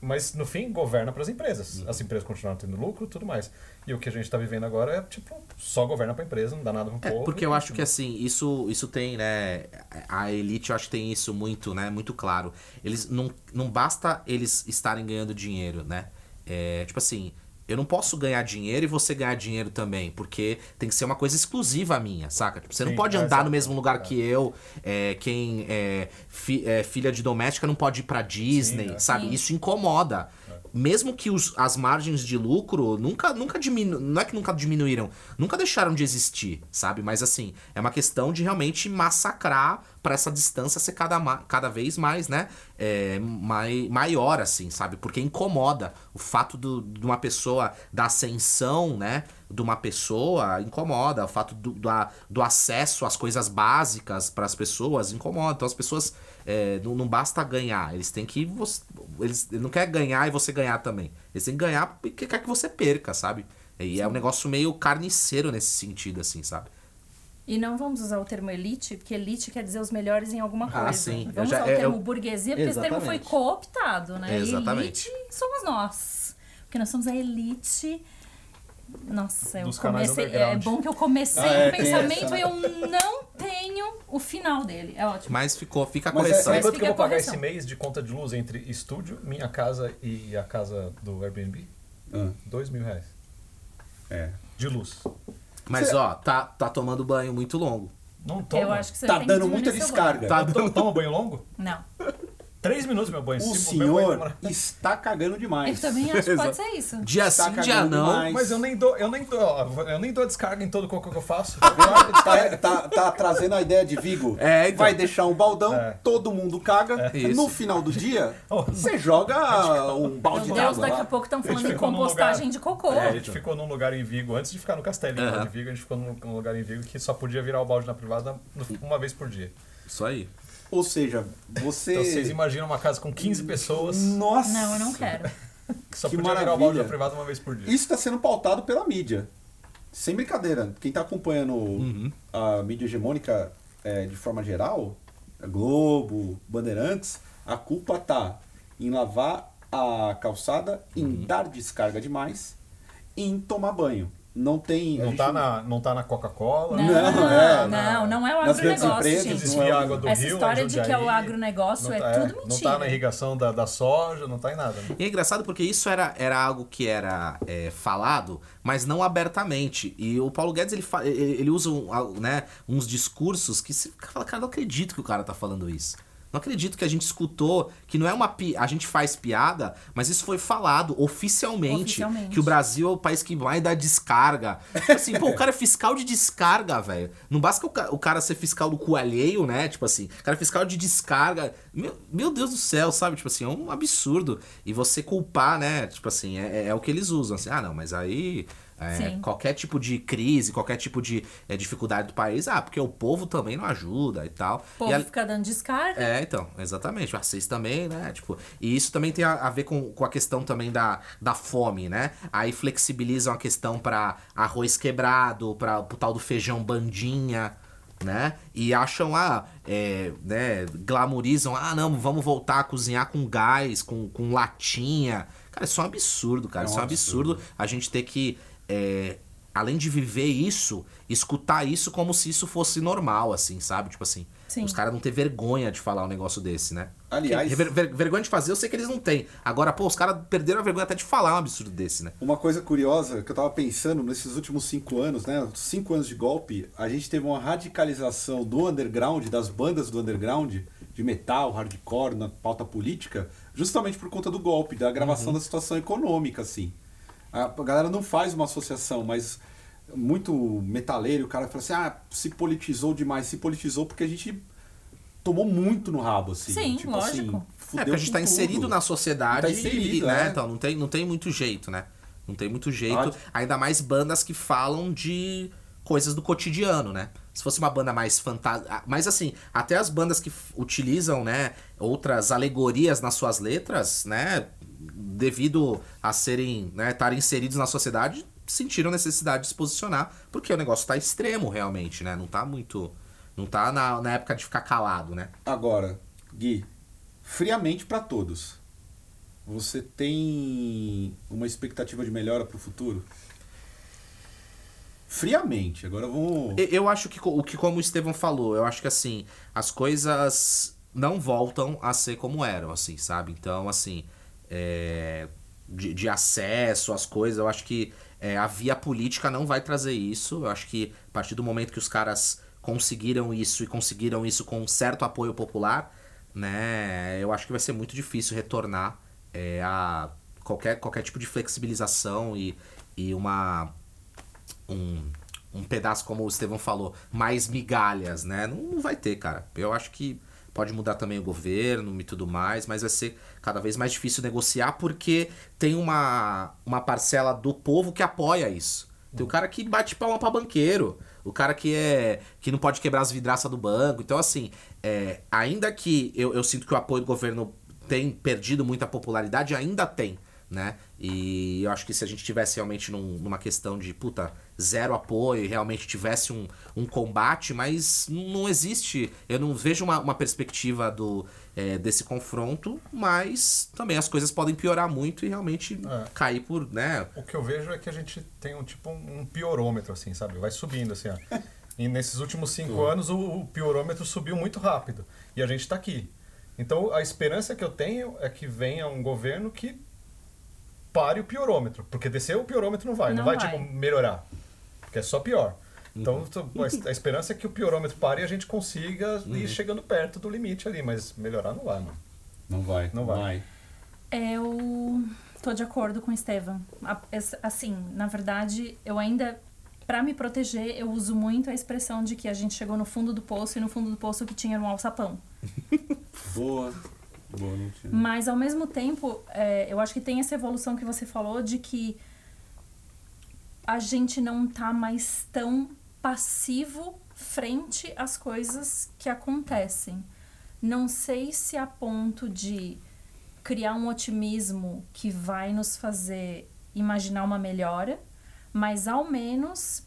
C: Mas no fim governa para as empresas.
B: Uhum.
C: As empresas continuam tendo lucro, tudo mais. E o que a gente está vivendo agora é tipo só governa para empresa, não dá nada pro
E: É,
C: povo.
E: porque eu acho que assim, isso, isso tem, né? A elite eu acho que tem isso muito, né? Muito claro. Eles não, não basta eles estarem ganhando dinheiro, né? É, tipo assim, eu não posso ganhar dinheiro e você ganhar dinheiro também, porque tem que ser uma coisa exclusiva minha, saca? Tipo, você não
C: Sim,
E: pode
C: é,
E: andar no
C: exato.
E: mesmo lugar que eu, é, quem é, fi- é, filha de doméstica não pode ir pra Disney,
C: Sim, é.
E: sabe?
D: Sim.
E: Isso incomoda. Mesmo que os- as margens de lucro nunca, nunca diminuíram. Não é que nunca diminuíram, nunca deixaram de existir, sabe? Mas assim, é uma questão de realmente massacrar pra essa distância ser cada, ma- cada vez mais, né? É, mai- maior, assim, sabe? Porque incomoda. O fato do- de uma pessoa, da ascensão, né? De uma pessoa incomoda. O fato do, da- do acesso às coisas básicas para as pessoas incomoda. Então as pessoas é, não, não basta ganhar, eles têm que. você- Eles ele não quer ganhar e você ganhar também. Eles têm que ganhar porque quer que você perca, sabe? E é um negócio meio carniceiro nesse sentido, assim, sabe?
D: E não vamos usar o termo elite, porque elite quer dizer os melhores em alguma
E: Ah,
D: coisa.
E: sim. Eu
D: Vamos
E: já-
D: usar o
B: é,
E: eu-
D: termo
E: eu-
D: burguesia, porque esse termo foi
F: Exatamente.
D: cooptado, né?
E: Exatamente.
D: Elite somos nós. Porque nós somos a elite. Nossa, eu
C: Dos canais
D: comecei. É
C: underground.
D: bom que eu comecei
B: Ah, é,
D: o
B: tem
D: pensamento
B: essa, né?
D: e eu não tenho o final dele. É ótimo.
E: Mas ficou, fica a
B: Mas é-
E: correção.
C: Sabe
D: Mas
C: quanto que
D: fica
C: eu vou
D: a
C: pagar
D: correção.
C: esse mês de conta de luz entre estúdio, minha casa e a casa do Airbnb?
B: Ah,
C: Dois mil reais.
B: é.
C: De luz.
E: Mas ó, tá, tá tomando banho muito longo.
C: Não toma.
D: eu acho que você
B: Tá
D: tem
B: dando
D: que
B: muita
D: diminuir seu
B: descarga.
E: Tá
C: Toma- Toma banho longo?
D: banho. Não.
C: Três minutos meu banho.
B: O
C: Cinco- meu banho
B: senhor
C: demora-
B: está cagando demais.
D: Eu também acho que pode ser isso.
E: Dia
B: Tá
E: sim, dia
B: cagando
E: não.
B: demais.
C: Mas eu nem dou, eu nem dou, ó, eu nem dou descarga em todo cocô que eu faço.
B: Tá, tá- tá trazendo a ideia de Vigo.
E: É, então.
B: Vai deixar um baldão,
C: É.
B: todo mundo caga.
E: É.
B: No
E: Isso. É tipo,
B: final do dia,
C: Oh.
B: você joga um balde
D: Meu
B: de
D: Deus,
B: água.
D: daqui
B: lá.
D: a pouco estão falando em
C: ficou num
D: compostagem
C: lugar-
D: de cocô.
C: É,
B: É,
C: A gente ficou num lugar em Vigo, antes de ficar no castelinho lá
E: Aham.
C: de Vigo, a gente ficou num num lugar em Vigo que só podia virar o balde na privada no- uma vez por dia.
E: Isso aí.
B: Ou seja, você.
C: Então vocês imaginam uma casa com 15 pessoas
B: Nossa!
D: Não, eu não quero.
C: que só
B: Hum, que
C: podia virar o
B: maravilha.
C: balde na privada uma vez por dia.
B: Isso está sendo pautado pela mídia. sem brincadeira, quem tá acompanhando
C: Uhum.
B: a mídia hegemônica é, de forma geral, a Globo, Bandeirantes, a culpa tá em lavar a calçada, em
C: Uhum.
B: dar descarga demais e em tomar banho. Não tem. a
C: Não
B: gente
C: tá na, não tá na Coca-Cola. tá
D: Não,
B: Não, é,
D: não, não é o
B: nas grandes
D: agronegócio,
B: empresas,
C: Que
D: gente.
B: não é
C: desvia
B: o-
C: a água do
D: Essa
C: rio,
D: história
C: em
D: de que é
C: Jundiaí.
D: o agronegócio
C: Não
D: é
C: tá-
D: tudo
C: Não
D: mentira.
C: tá na irrigação da, da soja, não tá em nada. né?
E: E é engraçado porque isso era, era algo que era é, falado, mas não abertamente. E o Paulo Guedes, ele, fa- ele ele usa um, al- né, uns discursos que você fala, cara, não acredito que o cara tá falando isso. Não acredito que a gente escutou, que não é uma pi... a gente faz piada, mas isso foi falado oficialmente,
D: Oficialmente.
E: que o Brasil é o país que mais dá descarga. Tipo assim, pô, o cara é fiscal de descarga, velho. Não basta o, ca- o cara ser fiscal do cu alheio, né? Tipo assim, o cara é fiscal de descarga. Meu, meu Deus do céu, sabe? Tipo assim, é um absurdo. E você culpar, né? Tipo assim, é, é- é o que eles usam. Assim, ah, não, mas aí. é,
D: Sim.
E: qualquer tipo de crise, qualquer tipo de é, dificuldade do país, ah, porque o povo também não ajuda e tal.
D: O
E: E
D: povo
E: a-
D: fica dando descarga.
E: é, então, exatamente. Vocês também, né? Tipo, e isso também tem a, a ver com, com a questão também da, da fome, né? Aí flexibilizam a questão pra arroz quebrado, para o tal do feijão bandinha, né? E acham, ah, é, né? Glamorizam, ah, não, vamos voltar a cozinhar com gás, com, com latinha. Cara, isso é um absurdo, cara.
B: É um
E: isso é um
B: absurdo.
E: absurdo a gente ter que. é, além de viver isso, escutar isso como se isso fosse normal, assim, sabe? Tipo assim.
D: Sim.
E: Os caras não ter vergonha de falar um negócio desse, né?
B: Aliás-
E: Que ver- ver- vergonha de fazer, eu sei que eles não têm. Agora, pô, os caras perderam a vergonha até de falar um absurdo desse, né?
B: Uma coisa curiosa que eu tava pensando nesses últimos cinco anos, né? Cinco anos de golpe, a gente teve uma radicalização do underground, das bandas do underground, de metal, hardcore, na pauta política, justamente por conta do golpe, da
E: Uhum.
B: gravação da situação econômica, assim. A a galera não faz uma associação, mas muito metaleiro, o cara fala assim, ah, se politizou demais, se politizou porque a gente tomou muito no rabo, assim.
D: Sim, lógico.
E: é,
B: fudeu
E: porque a gente
B: com
E: tá
B: tudo.
E: inserido na sociedade
B: Tá inserido,
E: e, né?
B: é.
E: Então, não tem, não tem muito jeito, né? Não tem muito jeito.
B: Ótimo.
E: Ainda mais bandas que falam de coisas do cotidiano, né? Se fosse uma banda mais fantástica. Mas assim, até as bandas que f- utilizam, né, outras alegorias nas suas letras, né? Devido a serem, né, estarem inseridos na sociedade, sentiram necessidade de se posicionar, porque o negócio tá extremo realmente, né? Não tá muito. Não tá na, na época de ficar calado, né?
B: Agora, Gui, friamente para todos, você tem uma expectativa de melhora para o futuro? Friamente, agora vamos.
E: E- Eu acho que co- o que como o Estevão falou, eu acho que assim, as coisas não voltam a ser como eram, assim, sabe? Então, assim, é, de, de acesso às coisas, eu acho que é, a via política não vai trazer isso. Eu acho que a partir do momento que os caras conseguiram isso e conseguiram isso com um certo apoio popular, né? Eu acho que vai ser muito difícil retornar é, a qualquer, qualquer tipo de flexibilização e, e uma um, um pedaço, como o Estevão falou, mais migalhas, né? Não, não vai ter, cara. Eu acho que pode mudar também o governo e tudo mais, mas vai ser cada vez mais difícil negociar porque tem uma, uma parcela do povo que apoia isso. Tem o cara que bate palma pra banqueiro, o cara que é que não pode quebrar as vidraças do banco. Então, assim, é, ainda que eu, eu sinto que o apoio do governo tem perdido muita popularidade, ainda tem né? E eu acho que se a gente tivesse realmente num- numa questão de, puta, zero apoio, e realmente tivesse um, um combate, mas n- não existe. Eu não vejo uma, uma perspectiva do é, desse confronto, mas também as coisas podem piorar muito e realmente
C: É.
E: cair por, né?
C: O que eu vejo é que a gente tem um tipo um piorômetro, assim, sabe? Vai subindo, assim, ó. E nesses últimos cinco anos o, o piorômetro subiu muito rápido. E a gente tá aqui. Então a esperança que eu tenho é que venha um governo que pare o piorômetro. Porque descer o piorômetro não vai, não,
D: Não
C: vai,
D: vai.
C: tipo, melhorar. Porque é só pior. Então tu- a es- a esperança é que o piorômetro pare e a gente consiga ir chegando perto do limite ali. Mas melhorar não vai, mano.
B: Não vai.
C: Não vai.
D: É, Eu tô de acordo com o Estevam. A- es- Assim, na verdade, eu ainda, pra me proteger, eu uso muito a expressão de que a gente chegou no fundo do poço e no fundo do poço o que tinha era um
B: Hum.
D: alçapão.
B: Boa. Boa, não tinha.
D: Mas, ao mesmo tempo, é, eu acho que tem essa evolução que você falou de que a gente não tá mais tão passivo frente às coisas que acontecem. Não sei se a ponto de criar um otimismo que vai nos fazer imaginar uma melhora, mas ao menos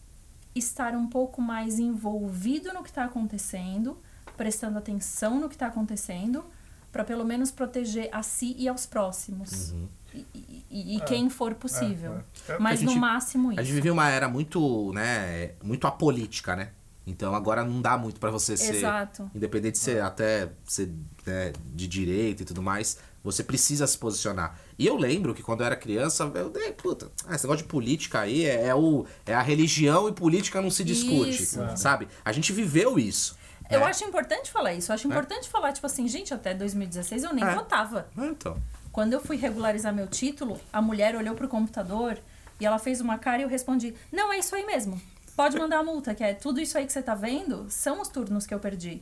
D: estar um pouco mais envolvido no que está acontecendo, prestando atenção no que está acontecendo, para pelo menos proteger a si e aos próximos. E, e- e- e quem for possível.
C: é. É,
D: Mas
E: a gente-
D: no máximo isso.
E: A gente vivia uma era muito, né, muito apolítica, né? Então agora não dá muito pra você ser
D: Exato.
E: independente de ser até ser né, de direito e tudo mais, você precisa se posicionar. E eu lembro que quando eu era criança, eu dei, puta, ah, esse negócio de política aí é, é o é a religião e política não se discute,
D: Isso.
E: sabe? A gente viveu isso.
D: Eu
E: né?
D: acho importante falar isso. Eu acho importante falar, tipo assim, gente, até 2016 eu nem
E: É.
D: votava.
E: Ah, Então,
D: Quando eu fui regularizar meu título, a mulher olhou pro computador e ela fez uma cara e eu respondi: Não, é isso aí mesmo. Pode mandar a multa, que é tudo isso aí que você tá vendo são os turnos que eu perdi.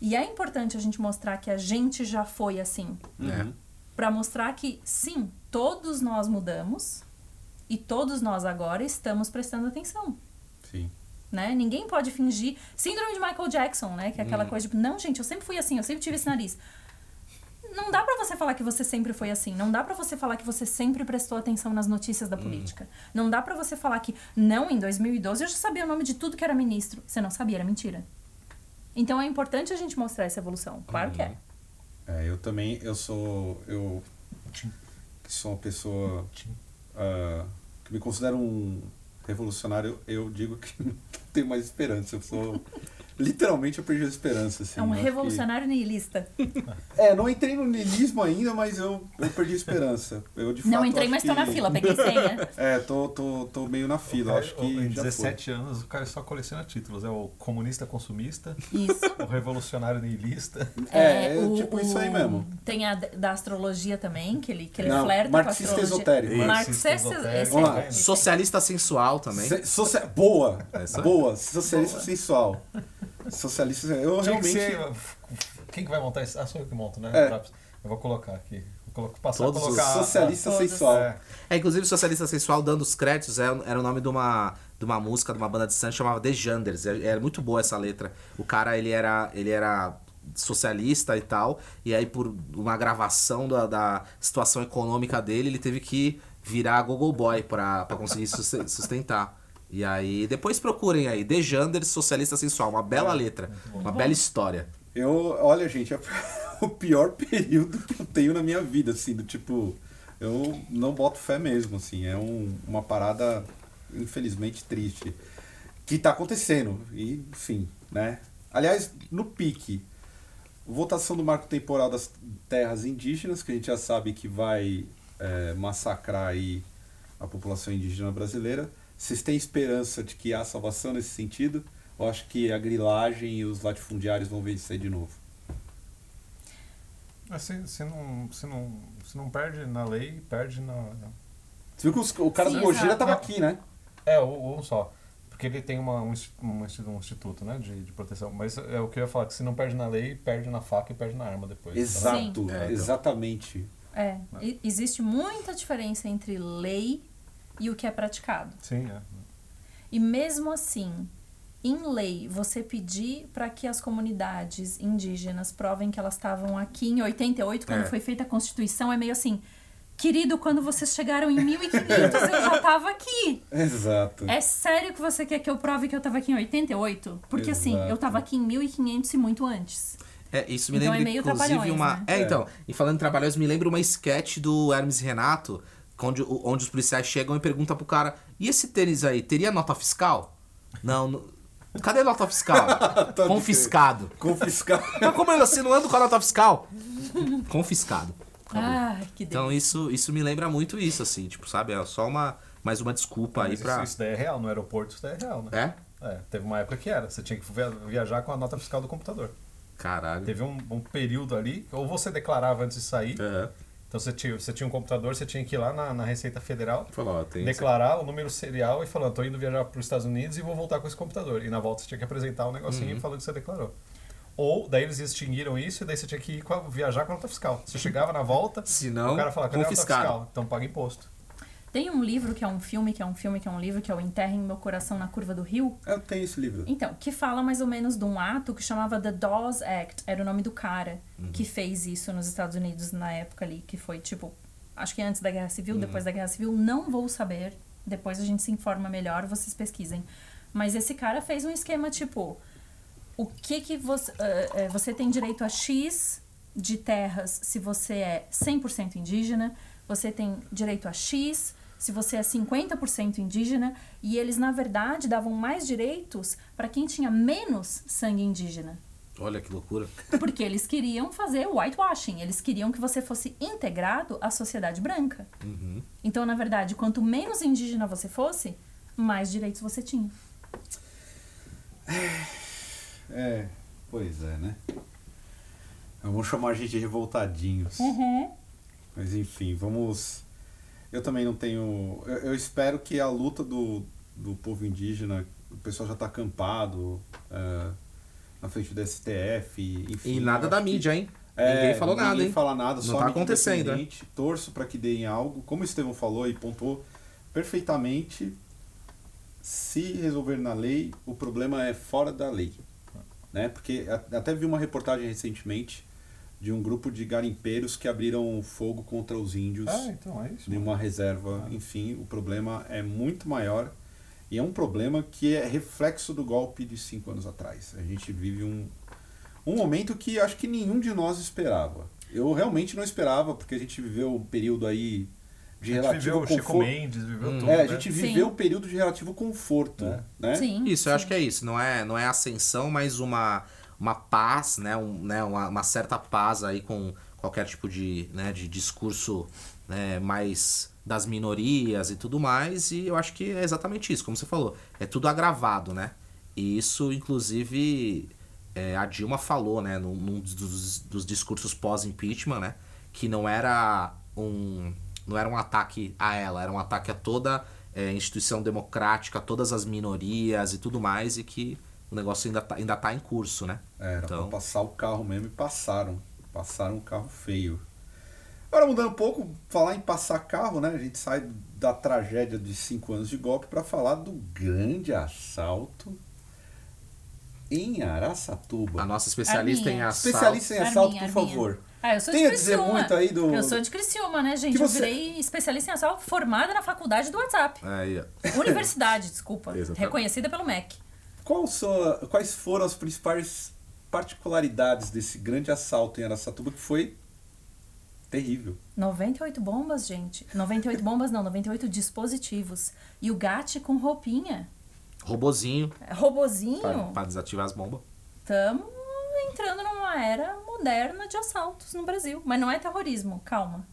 D: E é importante a gente mostrar que a gente já foi assim.
E: né?
D: Pra mostrar que, sim, todos nós mudamos e todos nós agora estamos prestando atenção
B: Sim.
D: né? Ninguém pode fingir. Síndrome de Michael Jackson, né? Que é
B: Hum.
D: aquela coisa de, não, gente, eu sempre fui assim, eu sempre tive esse nariz. Não dá pra você falar que você sempre foi assim. Não dá pra você falar que você sempre prestou atenção nas notícias
B: Hum.
D: da política. Não dá pra você falar que, não, em 2012 eu já sabia o nome de tudo que era ministro. Você não sabia, era mentira. Então é importante a gente mostrar essa evolução.
B: Hum,
D: Claro que é.
B: É, eu também, eu sou. Eu sou uma pessoa ah, que me considero um revolucionário, eu digo que não tenho mais esperança. Eu sou. Literalmente eu perdi a esperança. Assim,
D: É um
B: eu acho que-
D: revolucionário niilista.
B: É, não entrei no niilismo ainda, mas eu, eu perdi a esperança. Eu, de
D: Não
B: fato,
D: entrei,
B: acho
D: mas tô na
B: que-
D: fila, peguei né? senha.
B: É, tô, tô, tô meio na fila,
C: É,
B: acho que.
C: em
B: já foi.
C: 17 anos o cara só coleciona títulos. É o comunista consumista,
D: Isso.
C: o revolucionário niilista.
B: É, é tipo isso aí mesmo.
D: Tem a d- da astrologia também, que ele, que ele
B: Não,
D: flerta
B: marxista
D: com a astrologia.
B: esotérico. né?
C: Isso.
D: Marxista
C: Marxista esotérico.
D: esotérico.
B: Vamos lá.
E: Socialista sensual também.
B: Se- socia- Boa!
E: Essa-
B: Boa! Socialista sensual. Socialista sensual. Eu
C: Tinha que
B: realmente.
C: ser- Quem que vai montar isso? Ah, sou eu que monto, né?
B: É.
C: Drops. Eu vou colocar aqui. Vou colo- passar
E: Todos
C: a
E: os
C: colocar.
B: Socialista
D: Todos.
B: sensual.
C: É.
E: É, inclusive, Socialista Sensual, dando os créditos, é- era, o nome de uma, de uma música, de uma banda de sangue, chamava The Janders. É- Era muito boa essa letra. O cara, ele era, ele era socialista e tal, e aí por uma gravação da, da situação econômica dele, ele teve que virar Google Boy pra, pra conseguir sus- sustentar. E aí, depois procurem aí, The Janders, Socialista Sensual, uma bela letra, uma bela história.
B: Eu, olha, gente, é o pior período que eu tenho na minha vida, assim, do tipo, eu não boto fé mesmo, assim, é um- uma parada infelizmente triste que tá acontecendo e, enfim, né? Aliás, no pique, votação do marco temporal das terras indígenas, que a gente já sabe que vai é, massacrar aí a população indígena brasileira. Vocês têm esperança de que há salvação nesse sentido? Eu acho que a grilagem e os latifundiários vão vencer de novo.
C: Mas É, se, se, não, se, não, se não perde na lei, perde na. na-
B: Você viu que os- o cara
D: Sim,
B: do Gojira
D: exato.
B: tava aqui, né?
C: É, ou um só. Porque ele tem uma, um, insti- um insti- um instituto né, de, de proteção. Mas é o que eu ia falar, que se não perde na lei, perde na faca e perde na arma depois. Então,
B: Exato,
E: Sim. É, então.
B: exatamente.
D: É, e- existe muita diferença entre lei e o que é praticado.
C: Sim, é.
D: E mesmo assim, em lei, você pedir para que as comunidades indígenas provem que elas estavam aqui em 88, quando
E: É.
D: foi feita a Constituição, é meio assim. Querido, quando vocês chegaram em 1500, eu já tava aqui.
B: Exato.
D: É sério que você quer que eu prove que eu tava aqui em 88? Porque assim, eu
B: Exato.
D: tava aqui em 1500 e muito antes.
E: É, isso me
D: Então
E: lembra,
D: é meio
E: inclusive,
D: Trapalhões,
E: uma.
D: né?
E: É, então. E falando em trabalhões, me lembra uma sketch do Hermes e Renato, onde, o- onde os policiais chegam e perguntam pro cara: e esse tênis aí, teria nota fiscal? Não. não- Cadê a nota fiscal?
B: crer.
E: Confiscado.
B: Confiscar.
E: Mas como eu assim, não ando com a nota fiscal? Confiscado.
D: Ai, Ah, que delícia.
E: Então isso, isso me lembra muito isso, assim, tipo, sabe? É só uma. Mais uma desculpa aí
C: Mas
E: pra.
C: isso, isso daí é real, no aeroporto isso daí é real, né?
E: É?
C: É, teve uma época que era. Você tinha que via- viajar com a nota fiscal do computador.
E: Caralho.
C: Teve um, um período ali, ou você declarava antes de sair.
E: Aham.
C: Então você tinha, você tinha um computador, você tinha que ir lá na, na Receita Federal,
E: Falou, ó, tem.
C: declarar o número serial e falando, tô indo viajar para os Estados Unidos e vou voltar com esse computador. E na volta você tinha que apresentar um negocinho falando que você declarou. Ou daí eles extinguiram isso e daí você tinha que ir com a- viajar com a nota fiscal. Você chegava na volta,
E: Se não,
C: o cara falava, cadê a
E: confiscado."
C: nota fiscal? Então paga imposto.
D: Tem um livro que é um filme, que é um filme, que é um livro, que é o Enterra em Meu Coração na Curva do Rio.
B: Eu tenho esse livro.
D: Então, que fala mais ou menos de um ato que chamava The Dawes Act, era o nome do cara que fez isso nos Estados Unidos na época ali, que foi tipo, acho que antes da Guerra Civil, depois da Guerra Civil, não vou saber. Depois a gente se informa melhor, vocês pesquisem. Mas esse cara fez um esquema tipo: o que que você. eh, eh, você tem direito a X de terras se você é 100% indígena, você tem direito a X se você é 50% indígena, e eles, na verdade, davam mais direitos para quem tinha menos sangue indígena.
E: Olha que loucura.
D: Porque eles queriam fazer whitewashing, eles queriam que você fosse integrado à sociedade branca. Então, na verdade, quanto menos indígena você fosse, mais direitos você tinha.
B: É, pois é, né? Então, Vamos chamar a gente de revoltadinhos.
D: Uhum.
E: Uhum.
B: Mas enfim, vamos. Eu também não tenho. Eu, eu espero que a luta do, do povo indígena, o pessoal já tá acampado ah, na frente do STF, e, enfim.
E: E nada
B: eu
E: da
B: acho que-
E: mídia, hein?
B: É,
E: ninguém falou nada, hein?
B: Ninguém fala nada,
E: Não
B: só
E: tá
B: mídia
E: acontecendo, né?
B: independente. Torço para que deem algo. Como o Estevão falou e pontuou perfeitamente, se resolver na lei, o problema é fora da lei. Né? Porque a- até vi uma reportagem recentemente de um grupo de garimpeiros que abriram fogo contra os índios
C: Ah, então é isso.
B: de uma reserva. Enfim, o problema é muito maior e é um problema que é reflexo do golpe de cinco anos atrás. A gente vive um, um momento que acho que nenhum de nós esperava. Eu realmente não esperava, porque a gente viveu um período aí de
C: A gente
B: relativo
C: viveu o Chico
B: conforto.
C: Mendes, viveu tudo.
B: É, a
C: né? É.
B: gente
D: Sim.
B: viveu um período de relativo conforto, né?
D: Sim.
E: Isso, eu
D: sim.
E: acho que é isso. Não é, não é ascensão, mas uma, uma paz, né? Um, né? Uma, uma certa paz aí com qualquer tipo de, né? de discurso né? mais das minorias e tudo mais. E eu acho que é exatamente isso, como você falou. É tudo agravado, né? E isso, inclusive, é, a Dilma falou, né? Num, num dos, dos discursos pós-impeachment, né? Que não era um. Não era um ataque a ela, era um ataque a toda é, instituição democrática, todas as minorias e tudo mais, e que o negócio ainda tá, ainda tá em curso, né?
B: É, Era
E: Então.
B: pra passar o carro mesmo e passaram. Passaram um carro feio. Agora mudando um pouco, falar em passar carro, né? A gente sai da tragédia de cinco anos de golpe pra falar do grande assalto em
E: A
B: Araçatuba.
E: nossa especialista
D: Arminha.
E: em assalto.
B: Especialista em
D: Arminha,
B: assalto, por
D: Arminha.
B: favor.
D: Ah, eu sou
B: Tem a
D: de
B: dizer
D: Criciúma.
B: muito aí do-
D: Eu sou de Criciúma, né, gente?
B: Que você-
D: Eu virei especialista em assalto formada na faculdade do WhatsApp.
E: é, Aí, ó.
D: Universidade, desculpa.
E: Exatamente.
D: Reconhecida pelo MEC.
B: Qual sua- quais foram as principais particularidades desse grande assalto em Araçatuba que foi terrível?
D: 98 bombas, gente. 98 bombas não, 98 dispositivos. E o GAT com roupinha. É
E: Robozinho
D: Robozinho.
E: pra, pra desativar as bombas.
D: Estamos entrando numa era moderna de assaltos no Brasil. Mas não é terrorismo, calma.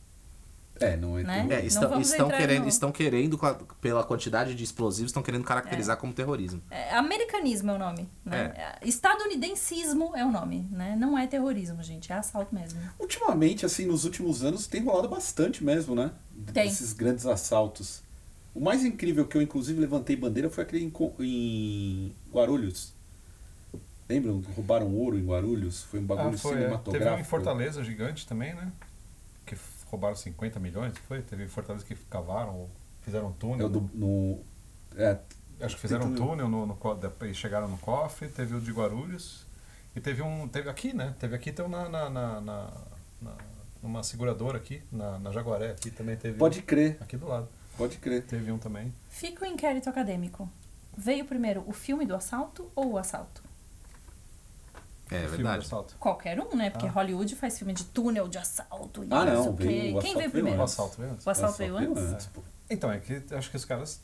B: É, não é
D: Né?
B: tão-
E: É, estão,
D: vamos
E: estão
D: entrar
E: querendo,
D: no-
E: estão querendo, com a- pela quantidade de explosivos, estão querendo caracterizar como terrorismo.
D: É, americanismo é o nome. Né? Estadunidencismo é o nome, né? Não é terrorismo, gente. É assalto mesmo.
B: Ultimamente, assim, nos últimos anos, tem rolado bastante mesmo, né?
D: Tem.
B: Esses grandes assaltos. O mais incrível que eu, inclusive, levantei bandeira foi aquele em, Co- em Guarulhos. Lembram? Roubaram ouro em Guarulhos? Foi um bagulho
C: Ah, foi, é.
B: cinematográfico.
C: Teve um em Fortaleza gigante também, né? Que f- roubaram 50 milhões, não foi? Teve em Fortaleza que cavaram, ou fizeram um
B: É
C: túnel.
B: o do- no- é,
C: Acho que fizeram
B: Tem
C: um
B: túnel.
C: túnel no, no, co- da- e chegaram no cofre. Teve o de Guarulhos. E teve um. Teve aqui, né? Teve aqui então na. na, na, na- na- numa seguradora aqui, na, na Jaguaré, aqui também teve.
B: pode
C: um,
B: crer,
C: Aqui do lado.
B: pode crer.
C: Teve um também.
D: Fica o inquérito acadêmico. Veio primeiro o filme do assalto ou o assalto?
E: É,
C: filme do
E: verdade.
C: assalto.
D: Qualquer um, né? Porque
C: Ah.
D: Hollywood faz filme de túnel, de assalto. e
B: Ah,
D: não
B: não,
D: sei o
B: veio o
D: quê. Quem
B: assalto
D: veio
B: veio
D: primeiro?
C: O
B: antes.
C: assalto mesmo.
D: O assalto veio
B: Assalto
D: antes?
B: pô.
C: Então, é que acho que os caras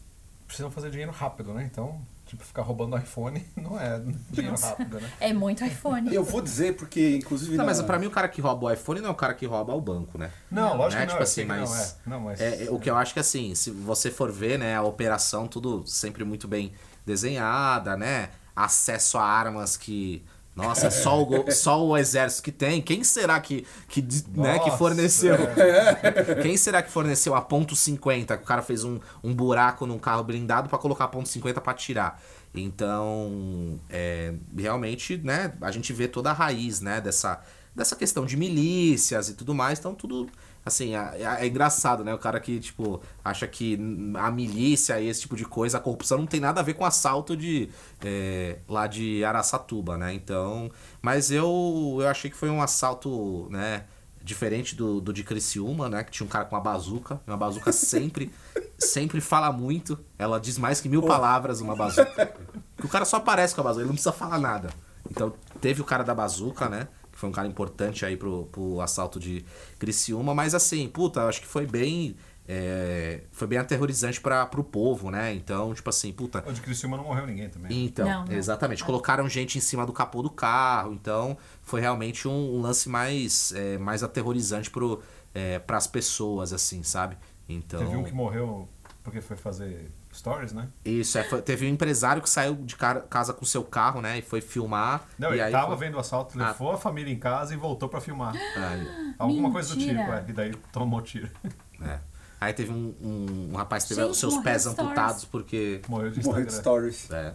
C: precisam fazer dinheiro rápido, né? Então, tipo, ficar roubando iPhone não é dinheiro
D: Nossa.
C: rápido, né?
D: É muito iPhone.
B: Eu vou dizer porque, inclusive...
E: Não, mas
B: na-
E: pra mim o cara que rouba o iPhone não é o cara que rouba o banco, né?
C: Não, lógico
E: né?
C: que não.
E: Tipo
C: eu
E: assim,
C: sei que não
E: mas-
C: é. Não, mas...
E: É, é, o que eu acho que assim, se você for ver, né, a operação tudo sempre muito bem desenhada, né? Acesso a armas que nossa, é só o, go- só o exército que tem. Quem será que que, de- né, que
C: Nossa,
E: forneceu?
C: é.
E: Quem será que forneceu a ponto .50? Que o cara fez um, um buraco num carro blindado pra colocar a ponto .50 pra tirar. Então, é, realmente, né, a gente vê toda a raiz, né, dessa, dessa questão de milícias e tudo mais. Então, tudo, assim, a- a- é, engraçado, né? O cara que, tipo, acha que hum, a milícia e esse tipo de coisa, a corrupção não tem nada a ver com assalto de, é, lá de Araçatuba, né? Então, mas eu, eu achei que foi um assalto, né, Diferente do, do de Criciúma, né? Que tinha um cara com uma bazuca. Uma bazuca sempre, sempre fala muito. Ela diz mais que mil palavras uma bazuca. Que o cara só aparece com a bazuca, ele não precisa falar nada. Então teve o cara da bazuca, né? Que foi um cara importante aí pro, pro assalto de Criciúma, mas assim, puta, eu acho que foi bem. é, foi bem aterrorizante para pro povo, né? Então, tipo assim, puta.
C: O de Criciúma não morreu ninguém também. né?
E: Então,
D: Não, não.
E: exatamente.
D: É.
E: Colocaram gente em cima do capô do carro, então foi realmente um, um lance mais, é, mais aterrorizante pro, é, pras pessoas, assim, sabe? Então.
C: Teve um que morreu porque foi fazer stories, né?
E: Isso, é, foi- teve um empresário que saiu de cara- casa com seu carro, né? E foi filmar.
C: Não,
E: e
C: ele
E: aí
C: tava
E: foi- Ah.
C: vendo o assalto, levou a família em casa e voltou pra filmar.
E: Aí,
C: Alguma coisa do tipo,
D: Mentira.
C: é. E daí tomou tiro.
E: é. Aí teve um, um- um rapaz que teve
D: Gente,
E: os seus
D: morreu
E: pés
D: de stories.
E: amputados porque.
C: Morreu de
B: Morreu
C: Instagram.
B: de stories.
E: É,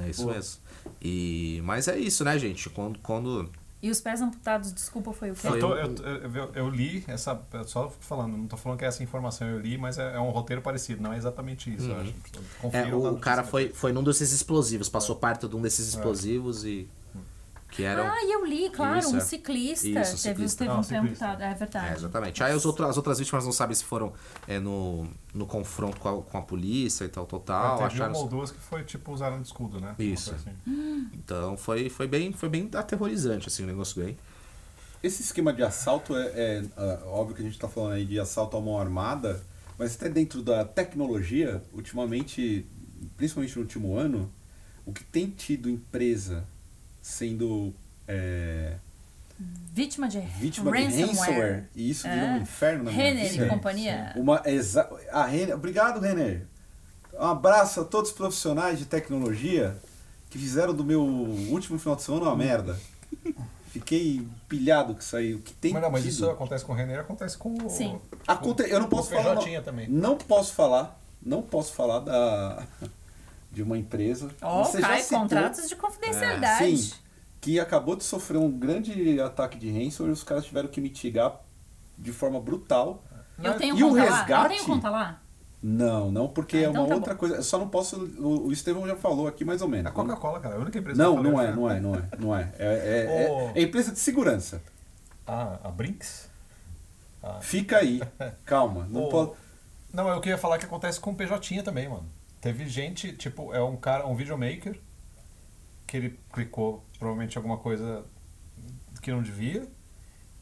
E: é isso mesmo. E, mas é isso, né, gente? Quando. quando
D: E os pés amputados, desculpa, foi o quê?
E: Foi
C: Eu, tô-
E: um-
C: eu, eu- eu- eu li essa. eu Só falando, não tô falando que é essa informação eu li, mas é, é um roteiro parecido, não é exatamente isso, eu acho.
E: é,
C: Confira
E: o cara foi, foi num desses explosivos, passou parte de um desses
B: É.
E: explosivos e. Que um eram.
D: Ah, e eu li, claro,
E: Isso,
D: um
E: é.
D: ciclista.
E: Isso, um
D: teve
E: ciclista.
D: teve
C: Ah,
D: um
C: um
D: pé
C: ciclista.
D: amputado. É verdade.
E: É, exatamente. Aí os outro- as outras vítimas não sabem se foram é, no, no confronto com a, com a polícia e tal,
B: É,
E: tal,
C: Ah,
B: um
E: tal.
C: teve
E: acharam-
C: uma ou duas que foi tipo usaram de escudo, né? Uma
E: Isso.
C: coisa assim.
E: Então foi, foi, bem, foi bem aterrorizante, assim, o negócio bem.
B: Esse esquema de assalto é, é, ah, óbvio que a gente está falando aí de assalto à mão armada, mas até dentro da tecnologia, ultimamente, principalmente no último ano, o que tem tido empresa sendo é,
D: Vítima de
B: vítima de ransomware, e isso virou
D: É.
B: um inferno na minha
D: Renner
B: vida.
D: e companhia.
B: Uma exa... a Renner... Obrigado, Renner. Um abraço a todos os profissionais de tecnologia que fizeram do meu último final de semana uma merda. Fiquei pilhado com isso aí. O que tem
C: Mas não, mas
B: tido?
C: isso acontece com o Renner, acontece com o.
D: Sim.
B: Aconte... Eu não
C: com o
B: posso falar.
C: PJ
B: Não,
C: também.
B: não posso falar. Não posso falar da... de uma empresa.
D: Ó,
B: Você já
D: cai
B: citou- É,
D: contratos de confidencialidade.
B: Sim, que acabou de sofrer um grande ataque de ransomware e os caras tiveram que mitigar de forma brutal.
D: Eu tenho
B: E o
D: conta lá? Eu
B: resgate?
D: tenho conta lá?
B: Não, não, porque é
D: Ah, então
B: uma
D: tá
B: outra coisa. Eu só não posso. O, o Estevão já falou aqui mais ou menos.
C: A Coca-Cola, cara, a única empresa
B: Não,
C: que
B: não
C: falou
B: é,
C: já-
B: não é, não é, não é. É, é- é-
C: Ô.
B: é empresa de segurança. é.
C: Ah, a Brinks?
B: Fica aí, calma. Não
C: Ah. Ô.
B: pode.
C: Não, eu queria falar que acontece com o PJ também, mano. Teve gente, tipo, é um cara, um videomaker, que ele clicou provavelmente alguma coisa que não devia,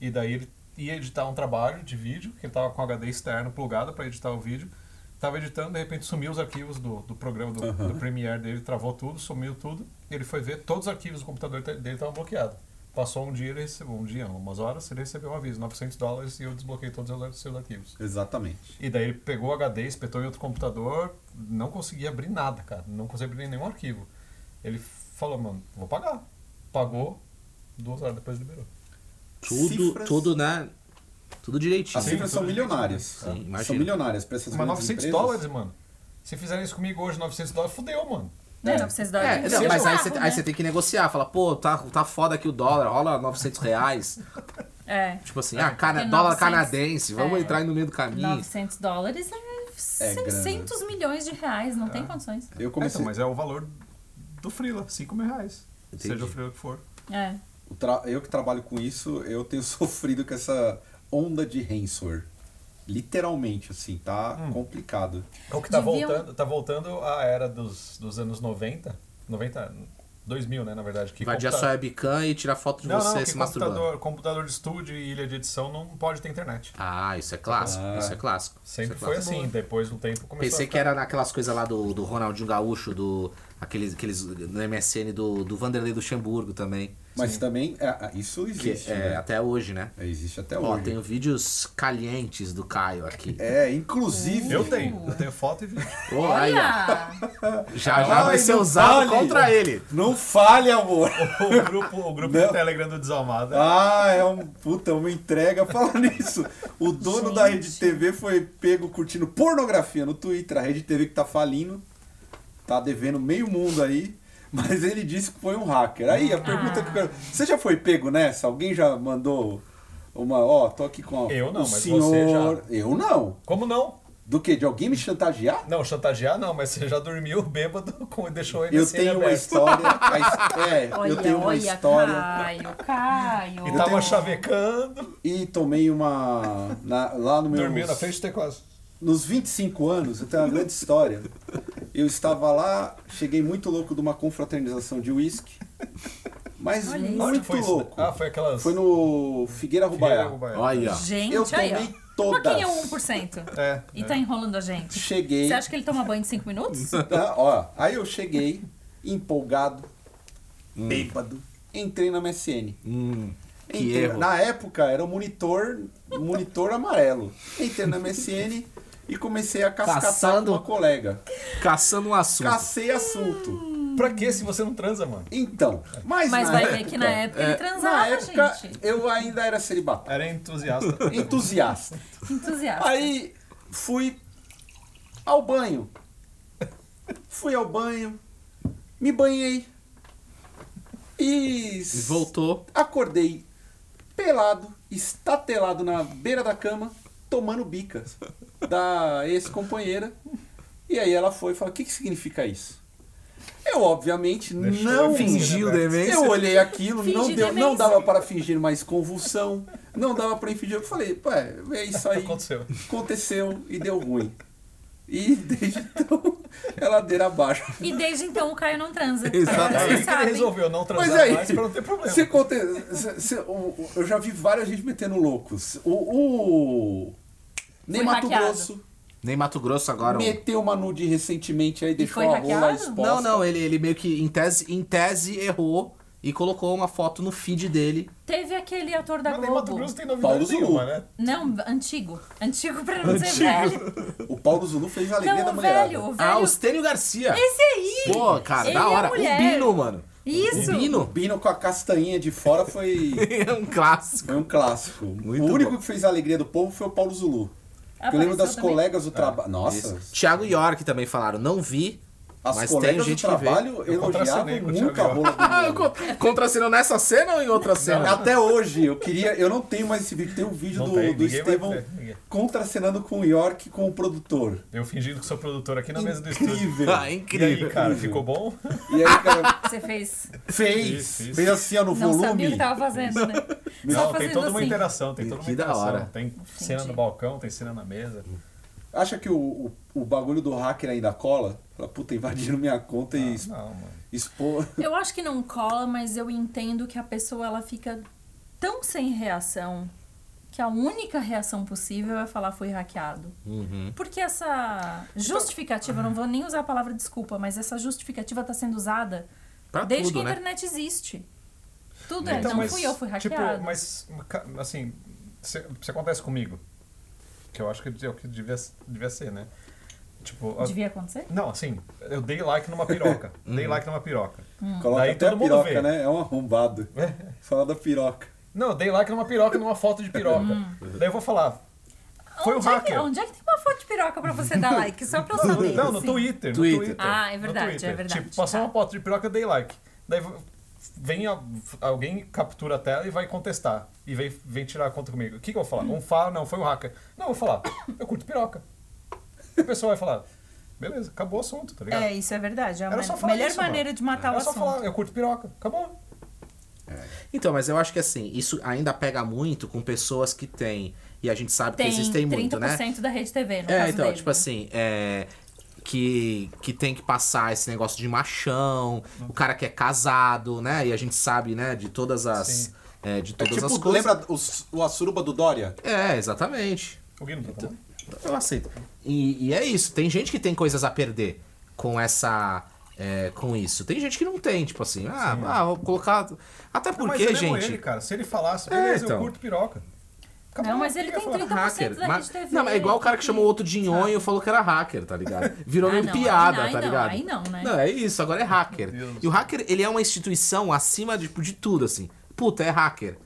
C: e daí ele ia editar um trabalho de vídeo, que ele tava com HD externo plugado para editar o vídeo, tava editando, de repente sumiu os arquivos do, do programa, do, do Premiere dele, travou tudo, sumiu tudo, ele foi ver, todos os arquivos do computador te- dele estavam bloqueados. Passou um dia, ele recebeu, um dia, não, umas horas, ele recebeu um aviso, 900 dólares, e eu desbloqueei todos os ar- seus arquivos.
B: Exatamente.
C: E daí ele pegou o HD, espetou em outro computador, não conseguia abrir nada, cara. Não conseguia abrir nenhum arquivo. Ele falou, mano, vou pagar. Pagou, duas horas depois liberou.
E: Tudo,
B: Cifras-
E: tudo, né? Tudo direitinho.
B: As cifras são milionárias.
E: Sim,
B: são
E: imagino.
B: milionárias para essas
C: Mas
B: grandes
C: 900
B: empresas.
C: dólares, mano. Se fizerem isso comigo hoje, 900 dólares, fudeu, mano.
D: Não,
B: É.
D: não, vocês dói.
E: É,
D: Deve
E: não,
D: ser
E: mas aí
D: bizarro,
E: você
D: né?
E: tem que negociar, fala, pô, tá, tá foda aqui o dólar, rola 900 reais.
D: É.
E: Tipo assim, ah, cana-
D: Porque
E: dólar
D: 900
E: canadense, vamos
D: é.
E: entrar aí no meio do caminho.
D: 900 dólares é, 600 milhões de reais, não tem condições.
B: Eu
C: Então,
B: comecei.
C: mas é o valor do Freela, 5 mil reais.
E: assim? Entendi.
C: Seja o Freela que for.
D: É.
B: o tra- Eu que trabalho com isso, eu tenho sofrido com essa onda de ransomware. Literalmente, assim, tá
C: Hum.
B: complicado.
C: É o que tá
D: Deviam-
C: voltando, tá voltando à era dos, dos anos 90. 90, 2000, né, na verdade. Que
E: Invadir a
C: computa-
E: sua webcam e tirar foto de
C: Não,
E: você
C: não, que
E: se masturbando.
C: computador, computador de estúdio e ilha de edição não pode ter internet.
E: Ah, isso é clássico,
B: Ah.
E: isso é clássico. isso
C: Sempre
E: é
C: foi
E: clássico.
C: assim, depois do tempo começou
E: Pensei
C: a
E: que era naquelas coisas lá do, do Ronaldinho Gaúcho, do. Aqueles, aqueles. No MSN do, do Vanderlei Luxemburgo também.
B: Mas também, é, é, isso
E: Que
B: existe.
E: é,
B: né?
E: até hoje, né?
B: É, Existe até
E: Ó,
B: hoje.
E: tenho vídeos calientes do Caio aqui.
B: É, inclusive.
C: Eu tenho, eu tenho foto e vídeo.
E: Ô, aí, ó.
D: Olha!
E: Já já vai
B: Ai,
E: ser
B: não
E: usado
B: fale.
E: contra ele.
B: Não fale, amor!
C: O grupo, o grupo
B: Não.
C: do Telegram do Desalmado.
B: Ah, é um puta, uma entrega falando isso. O dono da
D: Gente.
B: Rede TV foi pego curtindo pornografia no Twitter, a Rede TV que tá falindo, tá devendo meio mundo aí, mas ele disse que foi um hacker. Aí a pergunta que eu quero. Você já foi pego nessa? Alguém já mandou uma, ó, tô aqui com a,
C: Eu não,
B: o
C: mas você
B: senhor. Eu não.
C: Como não?
B: Do que? De alguém me chantagear?
C: Não, chantagear não, mas você já dormiu bêbado com, e deixou ele
B: Eu
C: assim
B: tenho uma
C: aberto.
B: história. a his- é,
D: Olha,
B: eu tenho uma
D: olha,
B: história.
D: Caio, Caio.
C: E
B: Eu
C: tava
B: tenho-
C: chavecando,
B: E tomei uma. na- lá no meu.
C: dormiu na frente do teclado.
B: Nos 25 anos, eu tenho uma grande história. Eu estava lá, cheguei muito louco de uma confraternização de uísque. Mas
D: Olha isso.
B: muito
C: foi isso?
B: louco.
C: Ah, foi aquelas.
B: Foi no Figueira
C: Figueira
B: Rubaiá.
C: Rubaiá.
E: Olha.
D: Gente,
B: Eu
D: aí,
B: tomei
D: ó.
B: todas.
D: Mas quem é o 1%?
C: É.
D: E tá enrolando a gente.
B: Cheguei.
D: Você acha que ele toma banho de 5 minutos?
B: Ah, ó, aí eu cheguei, empolgado, bêbado, entrei na MSN.
E: Hum, que
B: Entrei-
E: erro.
B: Na época era o monitor, um monitor amarelo. Entrei na MSN e comecei a cascatar
E: Caçando.
B: com uma colega.
E: Caçando um assunto.
B: Cacei assunto.
C: Pra que se você não transa, mano?
B: Então, mas,
D: Mas
B: na
D: vai
B: época,
D: ver que na época ele transava,
B: na época
D: gente.
B: eu ainda era celibatário,
C: Era entusiasta.
D: Tá
B: entusiasta.
D: Entusiasta.
B: Aí fui ao banho. Fui ao banho, me banhei e s-
E: Voltou.
B: acordei pelado, estatelado na beira da cama, tomando bica da ex-companheira. E aí ela foi e falou: O que, que significa isso? Eu, obviamente,
C: Deixou
B: não
C: eu fingir.
E: Fingiu demência.
B: eu olhei aquilo,
D: Fingir
B: não, deu, não
D: demência.
B: dava para fingir mais convulsão, não dava para fingir. Eu falei, ué, é isso aí.
C: Aconteceu.
B: Aconteceu e deu ruim. E desde então, é ladeira abaixo.
D: E desde então o Caio não transa.
E: Exatamente.
D: Agora
C: Aí
D: vocês
C: que ele
D: sabem.
C: resolveu não
B: Mas
C: transar
B: aí,
C: mais é pra não ter problema.
B: se aconte- se- se- o- o- eu já vi várias gente metendo loucos. O, o nem
D: Foi
B: Mato
D: hackeado.
B: Grosso
E: Nem Mato Grosso agora. um-
B: meteu uma nude recentemente aí, deixou
D: foi
B: a rola
D: hackeado?
B: exposta.
E: Não, não, ele, ele meio que em tese, em tese errou e colocou uma foto no feed dele.
D: Teve aquele ator da
C: Mas nem Mato
D: Globo.
C: Grosso tem novidade
B: Paulo Zulu.
C: nenhuma, né?
D: Não, antigo. Antigo pra não ser velho.
B: O Paulo Zulu fez a alegria da
D: Não, o
B: mulherada.
D: velho, o velho.
E: Ah, o Stênio Garcia.
D: Esse aí!
E: Pô, cara,
D: Ele
E: da
D: é
E: hora. o
D: mulher.
E: Bino, mano.
D: Isso!
E: O
B: O
E: Bino
B: Bino com a castanha de fora foi,
E: é um clássico.
B: foi um clássico.
E: Muito
B: o único
E: bom.
B: que fez a alegria do povo foi o Paulo Zulu. eu
D: Apareceu
B: lembro das
D: também.
B: colegas do trabalho. Nossa,
E: É. Isso. Thiago York também falaram, não vi.
B: as
E: Mas tem
B: colegas
E: gente
B: do
E: que vê.
B: trabalho
C: Eu
B: elogiavam
C: contracenei com o
B: muito a
C: Thiago.
B: rola do Bino.
E: Contracenou nessa cena ou em outra cena?
B: Então, Até hoje, eu queria. Eu não tenho mais esse vídeo. Tem um vídeo
C: Não
B: do,
C: tem,
B: do
C: ninguém vai
B: Estevão
C: ver, ninguém.
B: contracenando com o York com o produtor.
C: Eu fingindo que sou produtor aqui na mesa do estúdio.
B: Incrível.
E: Ah,
C: E aí,
E: incrível.
C: cara, ficou bom?
B: E aí, cara,
D: Você fez.
B: fez.
C: Isso, isso.
B: Fez assim, ó, no
D: Não sabia o
B: volume.
D: que tava fazendo, né? Você
C: Não,
D: tava
C: tem
D: fazendo
C: toda uma
D: assim.
C: interação, tem toda uma
E: Que da
C: interação.
E: hora.
C: Tem cena no balcão, tem cena na mesa.
B: Acha que o, o, o bagulho do hacker ainda cola? Fala, puta, invadiram minha conta e expo-
C: Ah, Não, mano.
B: expor.
D: Eu acho que não cola, mas eu entendo que a pessoa ela fica tão sem reação que a única reação possível é falar fui hackeado.
E: Uhum.
D: Porque essa justificativa, eu
E: Então
D: não vou nem usar a palavra desculpa, mas essa justificativa está sendo usada
E: Pra
D: desde
E: tudo,
D: que a
E: né? Então,
D: internet existe. Tudo é, não fui eu, fui hackeado.
C: Então, Tipo, mas, ca- assim, se, se acontece comigo, que eu acho que é o que devia, devia ser, né? Tipo, a-
D: Devia acontecer?
C: não, assim, eu dei like numa piroca.
E: Uhum.
C: dei like numa piroca.
D: Hum.
B: Coloca
C: Daí
B: até a
C: todo mundo
B: piroca,
C: vê. É.
B: né? É um arrombado. Fala da piroca.
C: Não, eu dei like numa piroca, numa foto de piroca. Daí eu vou falar. Foi o
D: Hum. onde, é que,
C: hacker.
D: onde é que tem uma foto de piroca pra você dar like? Só pra eu saber.
C: Não, no
D: assim.
C: Twitter, no
E: Twitter.
C: Twitter.
D: Ah, é
C: No
D: verdade,
C: Twitter.
D: é verdade.
C: Tipo, passou
D: Tá.
C: uma foto de piroca, eu dei like. Daí vem a- alguém, captura a tela e vai contestar. E vem, vem tirar a conta comigo. O que, que eu vou falar? Um fala, não, foi um hacker. Não, eu vou falar, eu curto piroca. E o pessoal vai falar, beleza, acabou o assunto, tá ligado?
D: É, isso é verdade. É a
C: Era
D: ma-
C: só falar
D: melhor
C: isso, mano.
D: maneira de matar o
C: é só
D: assunto.
C: falar, eu curto piroca, acabou.
E: Então, mas eu acho que assim, isso ainda pega muito com pessoas que têm. E a gente sabe
D: Tem
E: que existem
D: 30%
E: muito, né?
D: da rede TV, no
E: É,
D: caso
E: então,
D: dele,
E: tipo
D: né?
E: assim, é. Que, que tem que passar esse negócio de machão,
B: Uhum.
E: o cara que é casado, né? E a gente sabe, né, de todas as.
C: Sim.
E: é, de
B: É
E: todas as
B: tipo,
E: coisas.
B: lembra o, o Assuruba do Dória?
E: É, exatamente.
C: O Gui não tá
E: Então,
C: falando?
E: Eu aceito. E, e é isso, tem gente que tem coisas a perder com essa. é, com isso. Tem gente que não tem, tipo assim, ah, ah, vou colocar. Até
C: Não, mas
E: porque,
C: eu lembro
E: gente.
C: Ele, cara. Se ele falasse, beleza,
E: então.
C: eu curto piroca. Acabou,
D: Não, mas
C: o que
D: ele
C: que eu
D: tem
C: ia falar?
D: 30%
E: Hacker.
D: da
E: Mas,
D: Rede TV,
E: não, mas é igual o cara que
D: tem
E: chamou outro de nhonho e falou que era hacker, tá ligado? Virou
D: Tá. Ah,
E: meio
D: não, aí
E: piada,
D: não, aí
E: tá
D: não,
E: ligado?
D: aí não, né?
E: Não, é isso, agora é hacker.
C: Deus.
E: E o hacker, ele é uma instituição acima de, de tudo, assim. Puta, é hacker.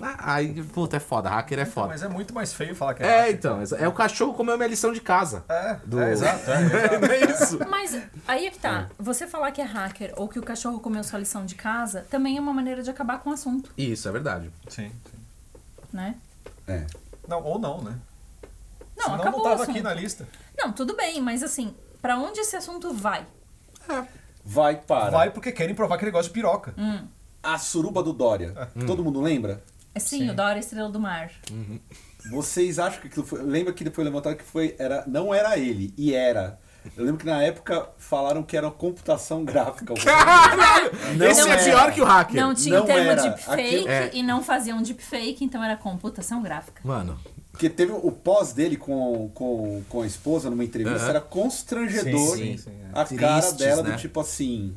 E: Ah, Aí, puta, é foda, hacker é foda.
C: Mas é muito mais feio falar que é,
E: É,
C: hacker.
E: então, é o cachorro comeu minha lição de casa.
C: É,
E: Do-
C: é, exato, é, exato.
E: Não é isso.
D: Mas aí é que tá. Você falar que é hacker ou que o cachorro comeu sua lição de casa também é uma maneira de acabar com o assunto,
E: Isso, é verdade.
C: Sim, sim.
D: né?
B: É.
C: Não, ou não, né?
D: Não,
C: Senão
D: acabou
C: não
D: o
C: tava
D: assunto.
C: aqui né? na lista.
D: Não, tudo bem, mas assim, pra onde esse assunto vai?
B: Vai para
C: Vai porque querem provar que ele gosta de piroca.
B: a suruba do Dória.
C: Ah.
B: Todo mundo lembra?
D: É sim, o Dora Estrela do Mar.
B: Vocês acham que aquilo foi. Lembra que foi levantado que foi. Era, não era ele, e era. Eu lembro que na época falaram que era computação gráfica.
E: Caralho!
B: Não
E: Esse é
B: era.
E: pior que o hacker.
D: Então, assim, Não tinha
B: não
D: o termo
B: era.
D: deepfake
B: Aquilo-
E: É.
D: e não faziam deepfake, então era computação gráfica.
E: Mano,
B: Porque teve o pós dele com, com, com a esposa numa entrevista,
E: Aham.
B: era constrangedor
E: Sim, sim,
C: sim,
B: a
E: é.
B: cara
E: Tristes,
B: dela
E: né?
B: do tipo assim.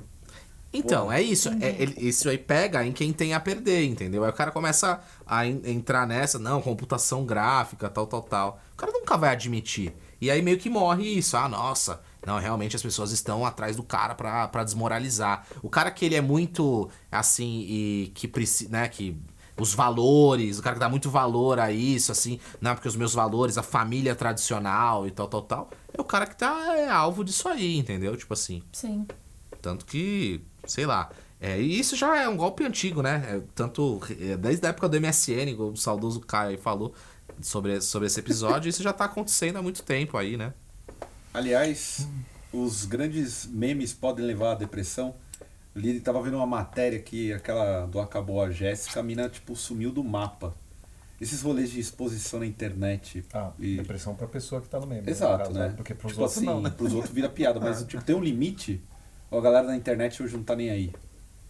E: Então, é isso. É, ele- isso aí pega em quem tem a perder, entendeu? Aí o cara começa a en- entrar nessa, não, computação gráfica, tal, tal, tal. O cara nunca vai admitir. E aí meio que morre isso. Ah, nossa. Não, realmente as pessoas estão atrás do cara pra, pra desmoralizar. O cara que ele é muito, assim, e que precisa, né, que... Os valores, o cara que dá muito valor a isso, assim, não, porque os meus valores, a família tradicional e tal, tal, tal, é o cara que tá é, alvo disso aí, entendeu? Tipo assim.
D: Sim.
E: Tanto que, sei lá. É, e isso já é um golpe antigo, né? É, tanto é, desde a época do MSN, como o saudoso Caio aí falou sobre, sobre esse episódio, isso já tá acontecendo há muito tempo aí, né?
B: Aliás, os grandes memes podem levar à depressão. Ele tava vendo uma matéria que aquela do Acabou a Jéssica, a mina tipo sumiu do mapa. Esses rolês de exposição na internet.
C: Ah,
B: e-
C: depressão pra pessoa que tá no meio. no
B: Exato,
C: caso,
B: né?
C: Porque pros
B: tipo
C: outros
B: assim,
C: não, né?
B: pros outros vira piada, mas tipo, tem um limite. Ó, A galera da internet hoje não tá nem aí.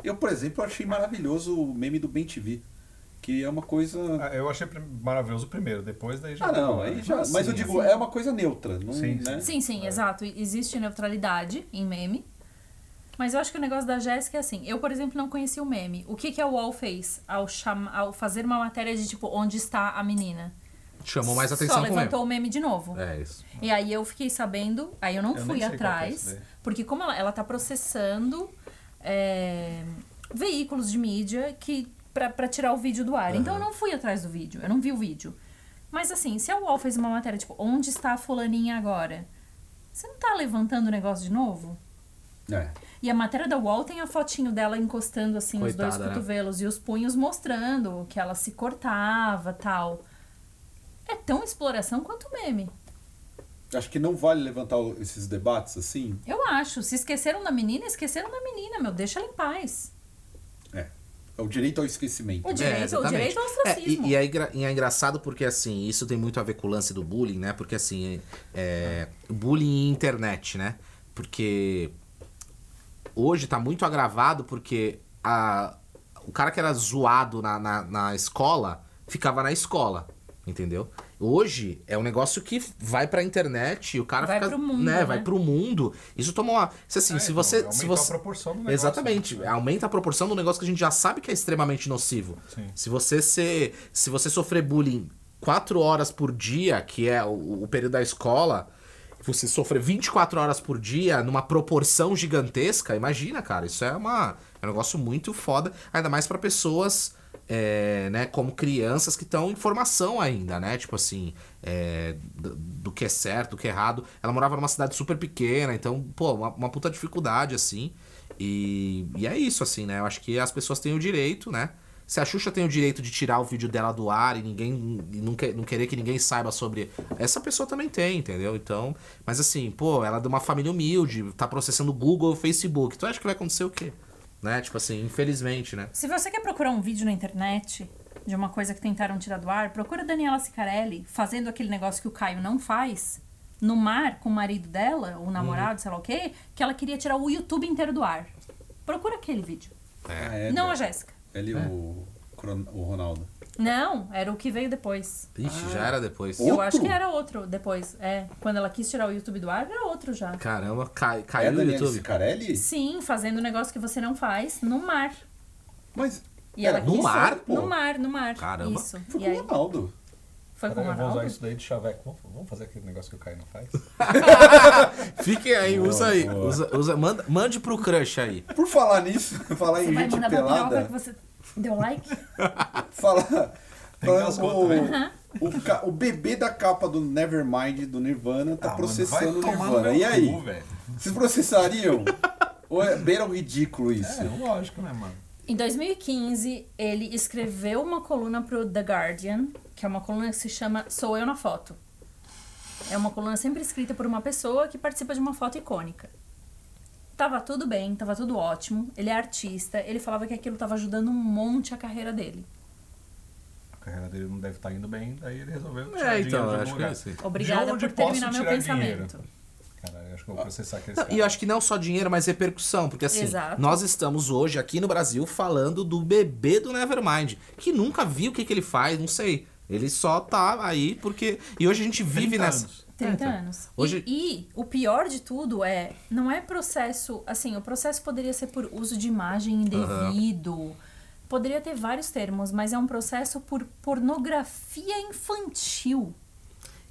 B: Eu, por exemplo, achei maravilhoso o meme do Ben TV, que é uma coisa.
C: Ah, eu achei prim- maravilhoso o primeiro, depois daí já... né?
B: Ah, não, aí já. Mas eu digo, é uma coisa neutra, não,
C: assim? Sim,
B: né?
D: Sim, sim, exato. Existe neutralidade em meme. Mas eu acho que o negócio da Jéssica é assim. Eu, por exemplo, não conhecia o meme. O que, que a UOL fez ao, chama- ao fazer uma matéria de tipo, onde está a menina?
E: Chamou mais
D: Só
E: atenção com
D: levantou o
E: ele.
D: meme de novo.
E: É isso.
D: E aí eu fiquei sabendo, aí eu não
C: Eu nem
D: fui
C: sei qual que é
D: atrás,
C: esse daí.
D: porque como ela, ela tá processando é, veículos de mídia que pra, pra tirar o vídeo do ar. Então eu não fui atrás do vídeo, eu não vi o vídeo. Mas assim, se a UOL fez uma matéria tipo, onde está a fulaninha agora? Você não tá levantando o negócio de novo?
B: É.
D: E a matéria da UOL tem a fotinho dela encostando assim os
E: Coitada,
D: dois
E: né?
D: cotovelos e os punhos mostrando que ela se cortava tal. É tão exploração quanto meme.
B: Acho que não vale levantar o- esses debates assim.
D: Eu acho. Se esqueceram da menina, esqueceram da menina, meu. Deixa ela em paz.
B: É. É o direito ao esquecimento.
D: O direito, o
E: exatamente.
D: direito ao
E: É,
D: ostracismo.
E: e, e é, engra- e é engraçado porque, assim, isso tem muito a ver com o lance do bullying, né? Porque, assim, é, é, bullying e internet, né? Porque hoje tá muito agravado porque a, o cara que era zoado na, na, na escola ficava na escola, entendeu? Hoje é um negócio que vai pra internet e o cara
D: Vai
E: fica.
D: pro mundo,
E: né?
D: né?
E: Vai pro mundo. Isso toma uma. se, Assim,
C: É,
E: se
C: então,
E: você.
C: aumenta
E: se
C: a
E: você
C: proporção do negócio,
E: Exatamente.
C: né?
E: Aumenta a proporção do negócio que a gente já sabe que é extremamente nocivo.
C: Sim.
E: Se você ser, se você sofrer bullying 4 horas por dia, que é o, o período da escola, você sofrer 24 horas por dia numa proporção gigantesca, imagina, cara, isso é uma é um negócio muito foda, ainda mais pra pessoas é, né, como crianças que estão em formação ainda, né? Tipo assim, é, do, do que é certo, do que é errado. Ela morava numa cidade super pequena, então, pô, uma, uma puta dificuldade, assim. E, e é isso, assim, né? Eu acho que as pessoas têm o direito, né? Se a Xuxa tem o direito de tirar o vídeo dela do ar e ninguém e não, que- não querer que ninguém saiba sobre. Essa pessoa também tem, entendeu? Então. Mas assim, pô, ela é de uma família humilde, tá processando Google Facebook. Tu acha que vai acontecer o quê? Né? Tipo assim, infelizmente, né?
D: Se você quer procurar um vídeo na internet de uma coisa que tentaram tirar do ar, procura a Daniela Sicarelli fazendo aquele negócio que o Caio não faz no mar com o marido dela,
B: Uhum.
D: ou namorado, sei lá o quê, que ela queria tirar o YouTube inteiro do ar. Procura aquele vídeo.
B: Ah, é,
D: não a
B: né?
D: Jéssica.
B: Ele e
C: É.
B: o, Cron- o Ronaldo.
D: Não, era o que veio depois.
E: Ixi, já era depois.
B: Outro?
D: Eu acho que era outro depois. É, quando ela quis tirar o YouTube do ar, era outro já.
E: Caramba, cai-
B: É
E: caiu no
B: Daniel
E: YouTube.
B: Sicarelli?
D: Sim, fazendo um negócio que você não faz no mar.
B: Mas.
D: E ela
B: pera,
E: no
D: quis-
E: mar, pô?
D: No mar, no mar.
E: Caramba.
D: Isso.
B: Foi
D: e
B: com o
D: aí,
B: Ronaldo.
D: foi com o
C: Peraí, eu vou usar
D: Ronaldo?
C: isso daí de chaveco. Vamos- Vamos fazer aquele negócio que o Caio não faz?
E: Fiquem aí, usa aí.
B: boa.
E: Usa, usa, manda, mande pro crush aí.
B: Por falar nisso, falar
D: Você
B: em
D: vai
B: gente
D: mandar pra piroca
B: pelada.
D: que você deu um like?
B: Falar. falar
C: das
B: o,
C: contas, né?
B: o, ca- o bebê da capa do Nevermind do Nirvana tá
C: Ah,
B: processando
C: mano, vai
B: o
C: tomar
B: Nirvana.
C: no meu
B: E aí?
C: cu, velho.
B: Vocês processariam? Ou é beira o ridículo isso?
C: É, lógico, né, mano?
D: Em 2015, ele escreveu uma coluna pro The Guardian, que é uma coluna que se chama Sou Eu na Foto. É uma coluna sempre escrita por uma pessoa que participa de uma foto icônica. Tava tudo bem, tava tudo ótimo. Ele é artista, ele falava que aquilo tava ajudando um monte a carreira dele.
C: A carreira dele não deve estar indo bem, daí ele resolveu
E: É,
C: tirar dinheiro
E: então,
C: de algum
E: acho que é
C: lugar.
E: assim.
D: Obrigada
C: onde
D: por
C: posso
D: terminar meu
C: tirar dinheiro?
D: pensamento.
C: Caralho,
G: Eu acho que eu vou processar aqueles
E: Não,
G: caras.
E: e eu acho que não só dinheiro, mas repercussão. Porque assim,
D: Exato.
E: nós estamos hoje aqui no Brasil falando do bebê do Nevermind, que nunca viu o que, que ele faz, não sei. Ele só tá aí porque. E hoje a gente vive
C: 30
E: nessa.
C: anos.
D: 30 anos.
E: Hoje-
D: E, e o pior de tudo é, não é processo, assim, o processo poderia ser por uso de imagem indevido. Poderia ter vários termos, mas é um processo por pornografia infantil.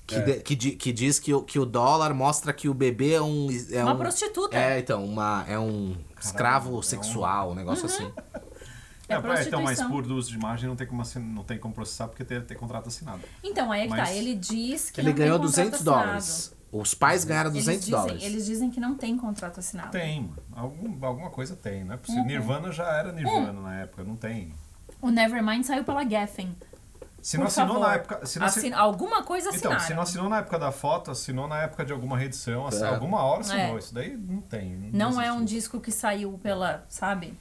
E: Que,
B: É.
E: de- que, di- que diz que o, que o dólar mostra que o bebê é um. É
D: Uma
E: um-
D: prostituta.
E: É, então, uma, é um
B: é
E: escravo sexual, um negócio
D: Uhum.
E: assim.
D: É
C: É, pá, então, mas
D: prostituição.
C: por uso de imagem não tem como, assin- não tem como processar porque tem, tem contrato assinado.
D: Então, aí é que tá.
C: Mas-
D: Ele diz que
E: Ele
D: não tem
E: ganhou
D: contrato
E: 200
D: assinado.
E: dólares. Os pais ganharam
D: Eles
E: 200
D: dizem,
E: dólares.
D: Eles dizem que não tem contrato assinado.
C: Tem, mano. Algum- alguma coisa tem, não é
D: Uhum.
C: possível. Nirvana já era Nirvana
D: Hum.
C: na época, não tem.
D: O Nevermind saiu pela Geffen.
C: Se
D: Por
C: não assinou
D: favor.
C: na época. Se não assi-
D: Assin- Alguma coisa
C: Então,
D: assinaram.
C: se não assinou na época da foto, assinou na época de alguma redição, assi-
E: É.
C: alguma hora assinou.
D: É.
C: Isso daí não tem.
D: Não é um
C: existe.
D: disco que saiu pela, sabe?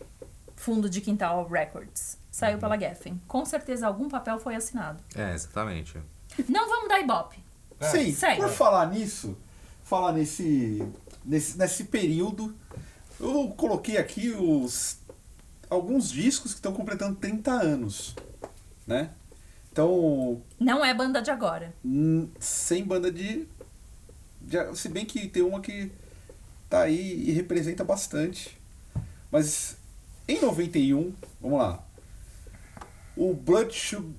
D: Fundo de Quintal Records. Saiu pela Geffen. Com certeza algum papel foi assinado.
E: É, exatamente.
D: Não vamos dar ibope.
B: Sim,
D: Segue.
B: por falar nisso, falar nesse, nesse, nesse período, eu coloquei aqui os alguns discos que estão completando 30 anos, né? Então,
D: Não é banda de agora.
B: hum, sem banda de, de- Se bem que tem uma que tá aí e representa bastante. Mas em 91, vamos lá. O Blood Sugar,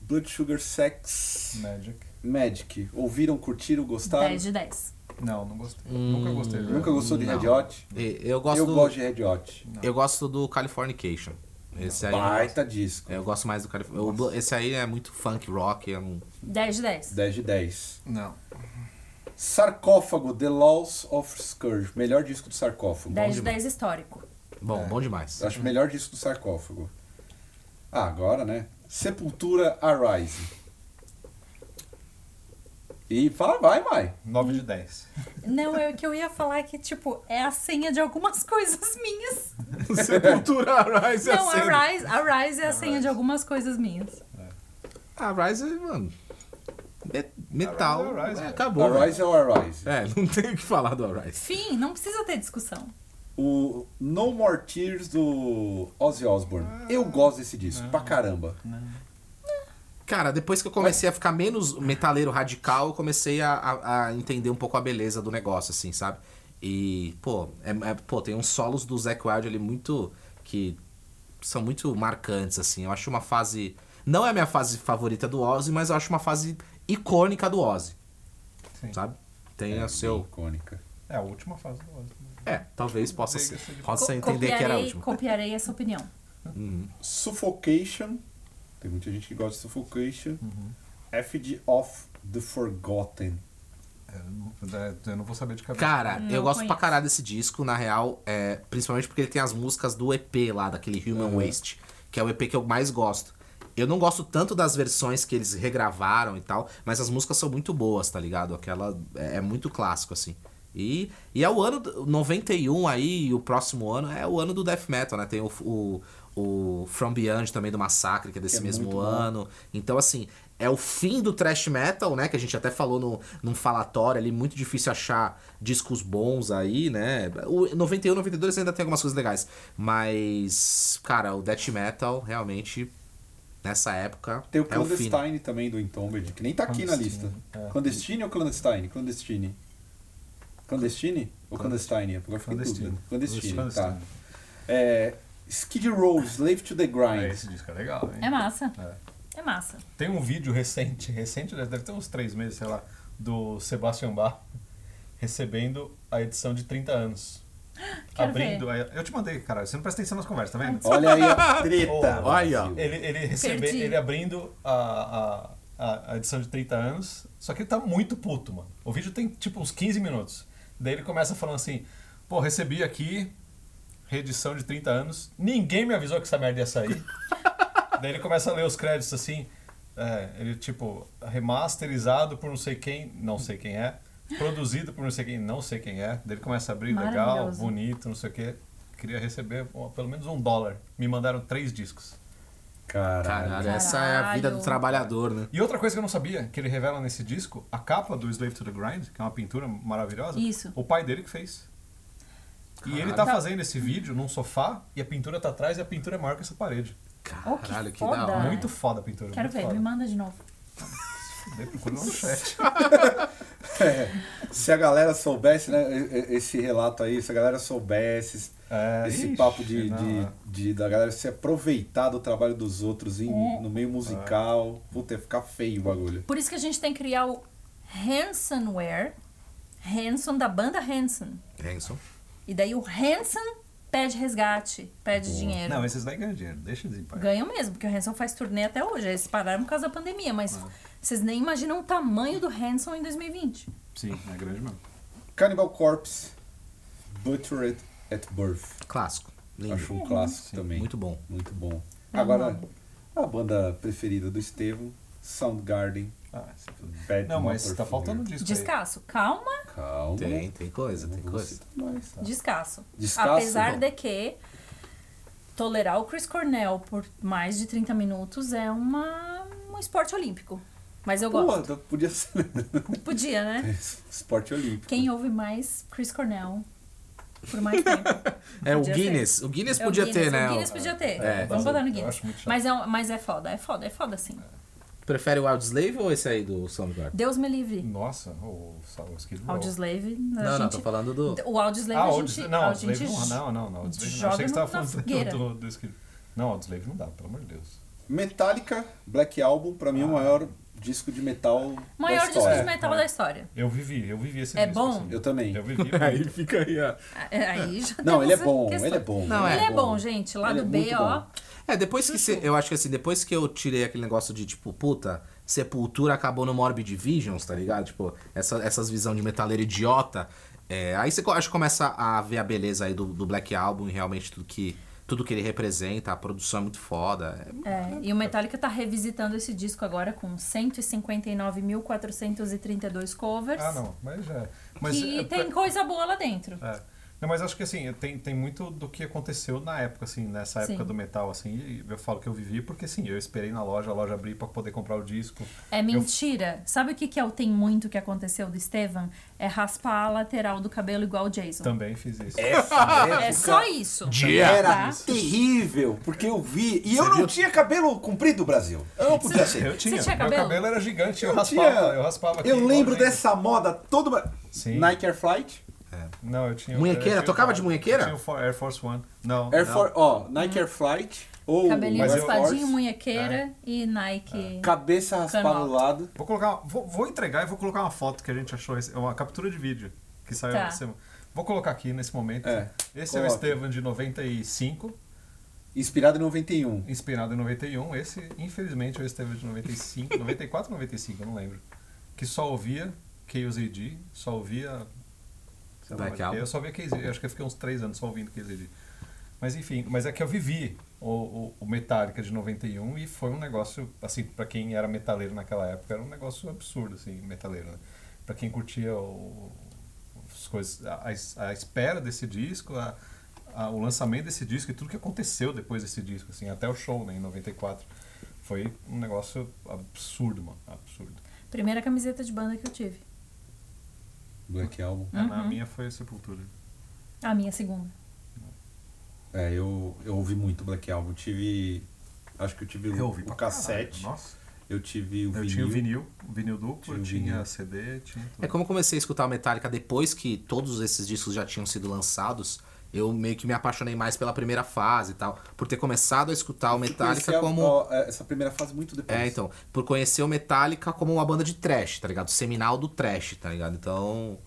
B: Blood Sugar Sex
C: Magic.
B: Magic. Ouviram, curtiram,
E: Tá.
B: gostaram?
D: 10 de 10.
C: Não, não gostei. Hum. Nunca gostei. de
B: Nunca
C: Nirvana.
B: gostou de
E: Não.
B: Red Hot?
E: E- Eu gosto,
B: eu
E: do,
B: gosto de Red Hot.
E: eu gosto do Californication. Esse aí eu gosto.
B: Baita disco.
E: eu gosto mais do California. Esse aí é muito funk rock, é um
D: 10 de 10.
B: 10 de 10.
C: Não.
B: Sarcófago, The Laws of Scourge. Melhor disco do sarcófago.
D: 10 de
E: demais.
D: 10 histórico.
E: bom, bom demais.
B: Acho o melhor disco do sarcófago. Ah, agora, né? Sepultura Arise. E fala, vai, Mai.
C: 9 de 10.
D: Não, é o que eu ia falar que, tipo, é a senha de algumas coisas minhas.
E: Sepultura é Rise é assim.
D: Não, a Rise, a Rise é a senha de algumas coisas minhas.
E: A Rise, mano. me- Metal.
C: Arise é Arise,
E: é,
C: velho.
E: acabou.
B: Arise é o Arise.
E: velho. É, não tem o que falar do Arise.
D: Fim, não precisa ter discussão.
B: O No More Tears do Ozzy Osbourne.
E: Ah.
B: Eu gosto desse disco, pra caramba.
E: Cara, depois que eu comecei a ficar menos metaleiro radical, eu comecei a, a- a entender um pouco a beleza do negócio, assim, sabe? E, pô, é, é- pô tem uns solos do Zac Wild ali muito. que são muito marcantes, assim. Eu acho uma fase. Não é a minha fase favorita do Ozzy, mas eu acho uma fase icônica do Ozzy,
C: Sim.
E: sabe? Tem
B: É
E: o seu.
B: Icônica.
C: É a última fase do né? Osmo.
E: É, talvez possa ser.
C: Diga-se de-
E: Possa
D: Co-
E: entender que era a
D: copiarei-
E: última.
D: Copiarei essa opinião.
B: Suffocation. Tem muita gente que gosta de Suffocation. FD of the Forgotten.
C: É, Eu não- Eu não vou saber de cabeça.
E: Cara,
D: Não
E: eu gosto
D: conheço.
E: pra caralho desse disco, na real, é, principalmente porque ele tem as músicas do EP lá, daquele Human Waste, que é o EP que eu mais gosto. Eu não gosto tanto das versões que eles regravaram e tal, mas as músicas são muito boas, tá ligado? Aquela é, é muito clássico, assim. E, e é o ano do- 91 aí, e o próximo ano é o ano do Death Metal, né? Tem o, o, o From Beyond também do Massacre, que é desse
B: Que é
E: mesmo
B: muito bom.
E: ano ano. Então, assim, é o fim do thrash metal, né? Que a gente até falou no, num falatório ali, muito difícil achar discos bons aí, né? O 91, 92 ainda tem algumas coisas legais. Mas, cara, o death metal, realmente, nessa época,
B: Tem o né?
E: é o fim.
B: Clandestine também do Entombed, que nem tá aqui na lista.
C: Clandestine, é.
B: Clandestine ou Clandestine? Clandestine. Clandestine ou Clandestine? Agora fica
C: Clandestine.
B: Clandestine. Clandestine, tá.
C: Clandestine.
B: É, Skid Row, Slave to the
C: É,
B: Grind.
C: esse disco é legal, hein?
D: É massa.
C: É.
D: É massa.
C: Tem um vídeo recente, recente, né? deve ter uns três meses, sei lá, do Sebastian Bach recebendo a edição de 30 anos.
D: Quero
C: Abrindo. a- Eu te mandei, cara, você não presta atenção nas conversas, tá vendo?
B: Olha aí a treta.
C: Oh,
E: olha.
B: Brasil.
C: Ele, ele recebe,
D: Perdi.
C: ele abrindo a, a, a, a edição de 30 anos, só que ele tá muito puto, mano. O vídeo tem tipo uns 15 minutos. Daí ele começa falando assim: pô, recebi aqui, reedição de 30 anos, ninguém me avisou que essa merda ia sair. Daí ele começa a ler os créditos assim, é, ele tipo, remasterizado por não sei quem, não sei quem é, produzido por não sei quem, não sei quem é. Daí ele começa a abrir, legal,
D: Maravilhoso.
C: bonito, não sei o quê. Queria receber ó, pelo menos um dólar. Me mandaram três discos.
B: Caralho.
E: Caralho, essa é a vida do
D: Caralho.
E: trabalhador, né?
C: E outra coisa que eu não sabia, que ele revela nesse disco, a capa do Slave to the Grind, que é uma pintura maravilhosa,
D: Isso.
C: o pai dele que fez. E ele tá fazendo esse vídeo num sofá e a pintura tá atrás e a pintura é maior que essa parede.
D: Oh, que
E: Caralho, que, da
D: foda.
E: hora.
C: Muito foda a pintura.
D: Quero
C: muito
D: ver, me
C: foda.
D: manda de novo.
C: Daí procura lá no chat.
B: Se a galera soubesse, né, e- e- esse relato aí, se a galera soubesse
C: É,
B: esse
C: ixi,
B: papo de,
C: não,
B: de-
C: é.
B: de- da galera se aproveitar do trabalho dos outros em-
D: Hum.
B: no meio musical, puta, ia ficar feio o bagulho.
D: Por isso que a gente tem que criar o Hansenware. Hanson da banda Hanson.
E: Hanson.
D: E daí o Hanson pede resgate, pede dinheiro.
C: Não, esses daí ganham dinheiro, deixa eles em paz.
D: Ganham mesmo, porque o Hanson faz turnê até hoje. Eles pararam por causa da pandemia, mas vocês nem imaginam o tamanho do Hanson em 2020.
C: Sim, é grande mesmo.
B: Cannibal Corpse, Butchered at Birth.
E: um Clássico. Lindo.
B: Acho um clássico também.
E: Muito bom.
B: Muito bom.
D: Tá
B: Agora,
D: bom.
B: a banda preferida do Estevam, Soundgarden.
C: Ah, esse-
B: Bad
C: não, mas
B: Motor
C: tá faltando um
B: Finger.
C: disco. aí.
D: Descasso, calma,
B: Calma.
E: Tem, tem coisa, tem
B: Não vou
E: coisa.
B: citar mais, tá?
D: descasso.
B: Descasso,
D: Apesar
B: bom.
D: de que tolerar o Chris Cornell por mais de 30 minutos é uma, um esporte olímpico. Mas eu gosto.
B: Pô, então podia ser
D: Podia, né?
B: esporte olímpico.
D: Quem ouve mais Chris Cornell por mais tempo.
E: É o
D: Podia
E: Guinness. O Guinness
D: É o
E: podia ter,
D: Guinness,
E: né?
D: O Guinness
E: O-
D: podia ter.
E: É,
C: mas
D: Vamos botar no
C: eu
D: Guinness.
C: acho muito chato.
D: Mas é, um- mas é foda, é foda, é foda sim.
E: Prefere o Wild Slave ou esse aí do Soundgarden?
D: Deus me livre.
C: Nossa, o Salvo Skid Row.
D: Audioslave, a
E: Não, não,
D: gente-
E: tô falando do.
D: O Audioslave
C: Ah,
D: a
C: Audio
D: gente...
C: Não,
D: a
C: Audioslave não,
D: gente
C: não, não, não. Audioslave não.
D: joga
C: Achei que você tava
D: no- na
C: falando
D: fogueira.
C: do, do, do Skid- Não, Audioslave não dá, pelo amor de Deus.
B: Metallica, Black Album, pra mim
C: Ah.
B: é o maior disco de metal da
D: Maior disco
B: história.
D: de metal da história.
C: Eu vivi, eu vivi esse
D: É
C: disco, assim.
D: bom?
B: Eu também.
C: Eu vivi.
E: Aí fica aí, ó.
D: É, Aí já
B: Não,
D: temos
B: ele é
D: a
B: bom,
D: questão.
B: ele é bom.
E: Não,
D: Ele
E: é
D: é bom, gente. Lá
B: Ele
D: do
B: é
D: B,
B: muito
D: ó.
B: bom.
E: É, depois que você. Eu acho que assim, depois que eu tirei aquele negócio de, tipo, puta, Sepultura acabou no Morbid Visions, tá ligado? Tipo, essa, essas visão de metaleiro idiota. é, aí você co- acho que começa a ver a beleza aí do, do Black Album e realmente tudo que, tudo que ele representa, a produção é muito foda. É,
D: É, e o Metallica tá revisitando esse disco agora com 159.432 covers.
C: Ah, não, mas já. Mas,
D: que
C: é,
D: tem coisa boa lá dentro.
C: é. Não, mas acho que assim, tem, tem muito do que aconteceu na época, assim, nessa
D: Sim.
C: época do metal, assim, e eu falo que eu vivi porque, assim, eu esperei na loja, a loja abrir pra poder comprar o disco.
D: É mentira. Sabe o que, que é o tem muito que aconteceu do Estevan? É raspar a lateral do cabelo igual o Jason.
C: Também fiz isso.
D: É só isso.
B: Era
D: Tá?
B: terrível, porque eu vi. E eu não tinha cabelo comprido, Brasil. Eu não podia ser.
C: Eu tinha,
D: tinha
C: meu
D: cabelo?
C: cabelo era gigante, eu,
B: Eu
C: raspava,
B: tinha-
C: eu raspava aqui,
B: Eu
C: igual
B: lembro
C: gente.
B: dessa moda toda.
C: Sim.
B: Nike Air Flight.
C: Não, eu tinha.
E: Munhequeira?
C: eu tinha- um
E: Tocava de munhequeira?
C: Eu tinha o For- Air Force One. Não.
B: Air
C: não.
B: For... Ó, Nike Air Flight. Ou
D: Hum. Cabelinho
C: Mas é eu-
B: Air
D: raspadinho,
B: Force,
D: munhequeira e
C: É.
D: Nike.
B: Cabeça raspada
D: Cano
B: do lado.
C: Vou colocar, vou, vou entregar e vou colocar uma foto que a gente achou, esse- é uma captura de vídeo que saiu
D: Tá.
C: essa semana. Vou colocar aqui nesse momento.
B: É,
C: Esse é o
B: coloca.
C: Estevam de 95,
B: Inspirado em 91.
C: inspirado em 91. Esse, infelizmente, é o Estevam de 95, 94 ou 95, eu não lembro. Que só ouvia Chaos AD, só ouvia. sei lá
E: Black
C: mais o quê.
E: Album.
C: Eu só ouvia Chaos AD, acho que eu fiquei uns 3 anos só ouvindo Chaos AD. Mas enfim, mas é que eu vivi o, o, o Metallica de 91 e foi um negócio, assim, pra quem era metaleiro naquela época, era um negócio absurdo, assim, metaleiro, né? Pra quem curtia o, as coisas, a, a- a espera desse disco, a, a- o lançamento desse disco e tudo que aconteceu depois desse disco, assim, até o show, né, em 94. Foi um negócio absurdo, mano, absurdo.
D: Primeira camiseta de banda que eu tive.
B: Black Album.
C: É, na minha foi Sepultura.
D: A minha segunda.
B: É, eu, eu ouvi muito Black Album. Eu tive. Acho que eu tive o, o cassete.
C: caralho, Nossa.
B: Eu tive o
C: Eu
B: vinil.
C: tinha o vinil, o vinil duplo,
B: Tinha o
C: tinha
B: vinil.
C: CD, tinha tudo.
E: é como eu comecei a escutar o Metallica depois que todos esses discos já tinham sido lançados. Eu meio que me apaixonei mais pela primeira fase e tal. Por ter começado a escutar o
B: Conheci
E: Metallica
B: a-
E: como.
B: ó, é, essa primeira fase muito depois.
E: É, então, por conhecer o Metallica como uma banda de trash, tá ligado? Seminal do trash, tá ligado? Então,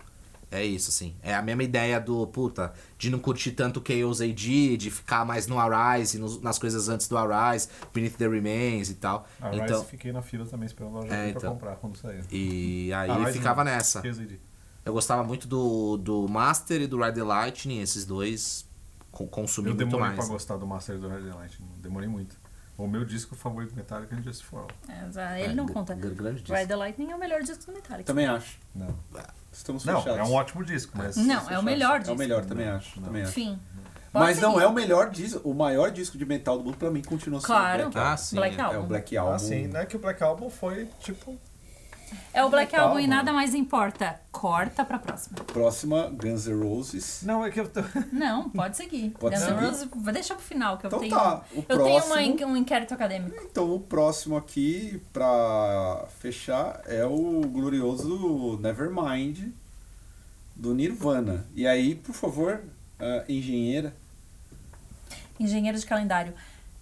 E: é isso, assim. É a mesma ideia do, puta, de não curtir tanto Chaos AD, de ficar mais no Arise, nos- nas coisas antes do Arise, Beneath the Remains e tal.
C: A Rise
E: então,
C: fiquei na fila também esperando a loja
E: É,
C: abrir pra
E: então.
C: comprar quando saiu.
E: e aí
C: A Rise
E: ficava
C: não, é
E: nessa.
C: Esqueci de-
E: Eu gostava muito do, do Master e do Ride the Lightning, esses dois co- consumi
C: Eu
E: muito
C: demorei
E: mais.
C: pra gostar do Master do Red Light, demorei muito. O meu disco favorito metálico é Just For All.
D: É, já- Ele não
E: gr-
D: conta.
E: gr- grande disco.
D: Ride the Lightning é o melhor disco do Metallica.
B: Também acho.
C: Não,
B: Estamos
C: não
B: fechados.
C: é um ótimo disco, mas...
D: Não, é o melhor
B: É
D: disco.
B: o melhor, também acho. Também acho.
D: Fim. Pode
B: Mas não
D: seguir.
B: é o melhor disco, o maior disco de metal do mundo pra mim continua sendo
D: Claro.
B: o Black Album.
E: Ah, sim.
D: Black
E: é.
D: Album.
B: É o Black
F: Ah,
B: Album.
F: sim,
C: assim,
F: né? Que o Black Album foi, tipo,
D: É o Black
F: Total,
D: Album e
F: mano.
D: nada mais importa. Corta pra próxima.
B: Próxima, Guns N' Roses.
F: Não, é que eu tô...
D: Não, pode seguir.
B: Pode
D: Guns N'
B: seguir?
D: Roses- vou deixar pro final, que eu
B: Então
D: tenho.
B: tá, o
D: eu tenho uma
B: próximo-
D: en- um inquérito acadêmico.
B: Então o próximo aqui pra fechar é o glorioso Nevermind do Nirvana. E aí, por favor, ah, engenheira,
D: Engenheiro de calendário.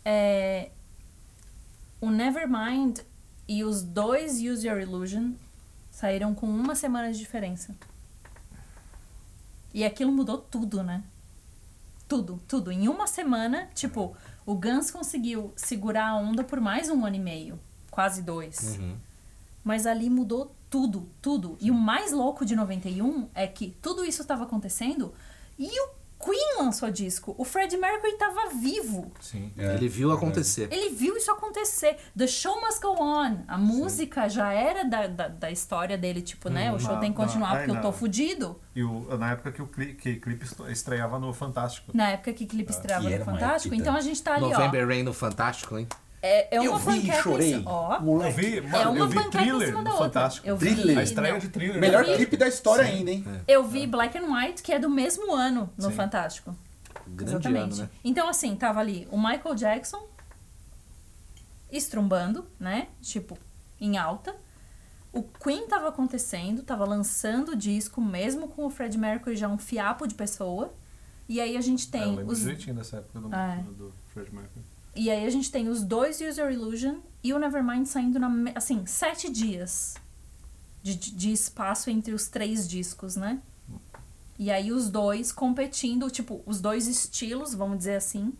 D: É, O Nevermind e os dois Use Your Illusion saíram com uma semana de diferença. E aquilo mudou tudo, né? Tudo, tudo. Em uma semana, tipo, o Guns conseguiu segurar a onda por mais um ano e meio. Quase dois.
E: Uhum.
D: Mas ali mudou tudo, tudo. E o mais louco de 91 é que tudo isso estava acontecendo e o Queen lançou disco. O Fred Mercury estava vivo.
E: Sim.
B: É,
E: Ele viu
B: verdade.
E: acontecer.
D: Ele viu isso acontecer. The Show Must Go On. A música já era da, da, da história dele, tipo, né? O show
F: não,
D: tem que continuar
F: não. Ai,
D: porque eu
F: Uhum.
D: tô
F: Ah, não.
D: fudido.
F: E o- na época que o cli- que clipe esto- estreava no Fantástico.
D: Na época que
F: Ah,
D: clipe estreava
B: que
D: no
B: era uma
D: Fantástico.
B: épica.
D: Então a gente tá ali, ó.
E: November Rain no Fantástico, hein?
D: É, é uma
B: eu vi e
D: panqueca em
B: chorei.
D: cima- Ó.
F: Eu
B: Moleque.
F: vi,
D: É
F: mano,
D: uma
F: eu vi
D: panqueca em
F: Thriller
D: cima
F: no
D: da outra.
F: Fantástico.
D: Eu vi,
B: Thriller.
F: A estreia
D: não.
F: de Thriller.
B: Melhor
D: vi.
B: clipe da história ainda, hein?
E: é.
D: Eu vi Black and White, que é do mesmo ano no
E: Sim.
D: Fantástico.
E: Grande ano, né?
D: Então, assim, tava ali o Michael Jackson estrumbando, né? Tipo, em alta. O Queen tava acontecendo, tava lançando o disco, mesmo com o Fred Mercury já um fiapo de pessoa. E aí a gente
C: Ah,
F: É, eu
D: tem
F: lembro
D: os.
F: direitinho dessa época do,
D: Ah, é.
F: do Fred Mercury.
D: E aí a gente tem os dois User Illusion e o Nevermind saindo na. me- Assim, sete dias de, de de espaço entre os três discos, né? E aí os dois competindo, tipo, os dois estilos, vamos dizer assim,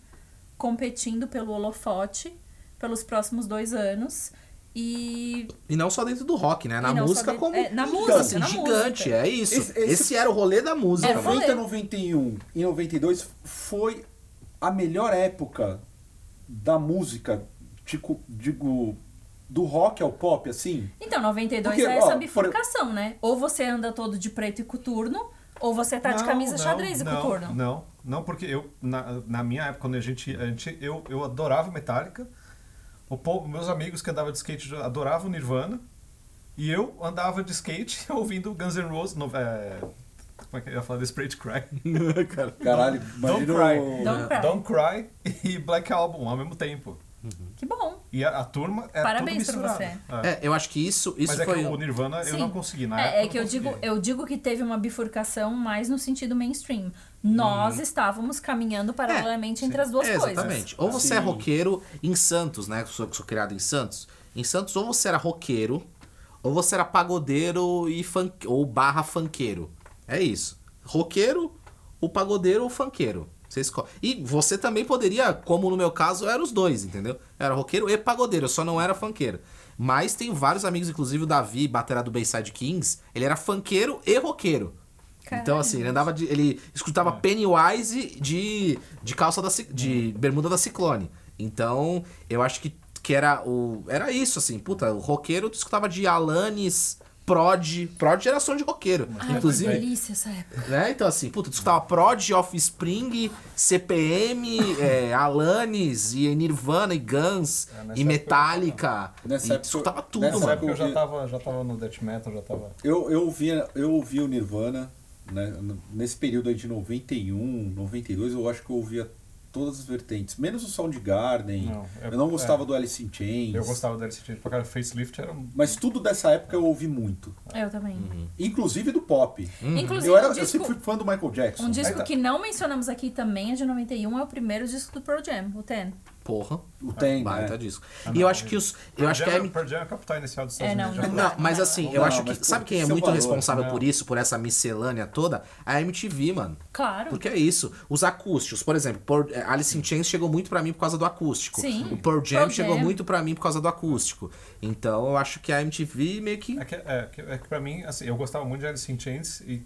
D: competindo pelo holofote pelos próximos dois anos. E
E: E não só dentro do rock, né? Na
D: E não só
E: música
D: dentro-
E: como
D: é, na
E: tudo,
D: música,
E: assim,
D: na
E: gigante.
D: música.
E: É isso.
B: Esse-
E: Esse,
B: esse-
E: era o rolê da música,
D: É,
E: mano.
D: foi-
B: Aproveita 91 e 92 foi a melhor época da música, tipo, digo, do rock ao pop, assim.
D: Então, 92
B: Porque,
D: é
B: ó,
D: essa
B: por-
D: bifurcação, né? Ou você anda todo de preto e coturno, ou você tá de
F: Não,
D: camisa
F: não,
D: xadrez e
F: não,
D: coturno.
F: Não, não, porque eu, na, na minha época, quando a gente. A gente eu, eu adorava Metallica. O povo, meus amigos que andavam de skate já adoravam Nirvana. E eu andava de skate ouvindo Guns N' Roses. No, é, como é que eu ia falar? The Spray to Cry.
B: Caralho,
F: Don't
B: imagina
F: Cry. É.
B: o...
D: Don't Cry.
F: Don't Cry e Black Album ao mesmo tempo.
D: Que bom.
F: E a, a turma era
D: Parabéns
F: tudo
D: pra
F: misturado.
D: você.
F: É.
E: É, eu acho que isso, isso
F: Mas é
E: foi.
F: que o Nirvana eu
D: Sim.
F: não consegui, na época
D: É, é que eu
F: consegui.
D: digo, eu digo que teve uma bifurcação mais no sentido mainstream. Nós estávamos caminhando paralelamente entre as duas
E: É,
D: coisas.
E: Exatamente. Ou você é
B: Assim-
E: roqueiro em Santos, né? que Sou, sou criado em Santos. Em Santos, ou você era roqueiro, ou você era pagodeiro e funk, ou barra funkeiro. É isso. Roqueiro, o pagodeiro ou funkeiro. Você escolhe. E você também poderia, como no meu caso, eu era os dois, entendeu? Eu era roqueiro e pagodeiro, eu só não era funkeiro. Mas tem vários amigos, inclusive o Davi, batera do Bayside Kings, ele era funkeiro e roqueiro. Então,
D: Caralho.
E: assim, ele andava de. Ele
F: É.
E: escutava Pennywise de, de calça da. Ci- de
F: Uhum.
E: bermuda da Ciclone. Então, eu acho que, que era o. Era isso, assim, puta, o roqueiro tu escutava de Alanis, Prod. Prod era som de roqueiro.
D: Ai,
E: inclusive.
D: que delícia essa época.
E: Né? Então, assim, puta, tu escutava Prod, Offspring, CPM, é, Alanis, e Nirvana, e Guns,
F: É, nessa
E: e
F: época-
E: Metallica.
B: Nessa
E: E
B: época-
E: tu escutava tudo,
B: nessa
E: mano.
F: Nessa época eu já
B: Porque-
F: tava, já tava no Death Metal, já tava.
B: Eu, eu, ouvia, eu ouvi o Nirvana né, n- nesse período aí de 91, 92, eu acho que eu ouvia todas as vertentes, menos o Soundgarden.
F: Não, é-
B: eu não gostava
F: é.
B: do Alice in Chains.
F: Eu gostava do Alice Chains pra cara, Facelift era um
B: Mas tudo dessa época eu ouvi muito,
D: É, Eu também.
B: inclusive do pop.
D: Inclusive,
B: Uhum. Eu, era,
D: um
B: eu sempre
D: disco,
B: fui fã do Michael Jackson. né,
D: um disco
F: tá.
D: que não mencionamos aqui também é de 91, é o primeiro disco do Pearl Jam, o Ten.
E: Porra.
B: O Ten,
E: Baita
F: é.
B: né?
E: disco. E eu acho que os. Eu acho que a
F: Pearl Jam-
E: M-
F: Pearl Jam é a capital inicial dos Estados
D: É, não,
F: Unidos. já
D: não.
F: foi.
E: Não, mas assim, eu
B: Não,
E: acho que.
B: mas, pô,
E: Sabe quem é
B: seu
E: muito
B: valor,
E: responsável
F: né?
E: por isso, por essa miscelânea toda? A MTV, mano.
D: Claro.
E: Porque é isso. Os acústicos, por exemplo, Pearl- eh, Alice in Chains chegou muito pra mim por causa do acústico.
D: Sim.
E: O Pearl Jam
D: Pearl
E: chegou
D: Jam.
E: muito pra mim por causa do acústico. Então eu acho que a MTV meio que.
F: É que, é, que, é que pra mim, assim, eu gostava muito de Alice in Chains e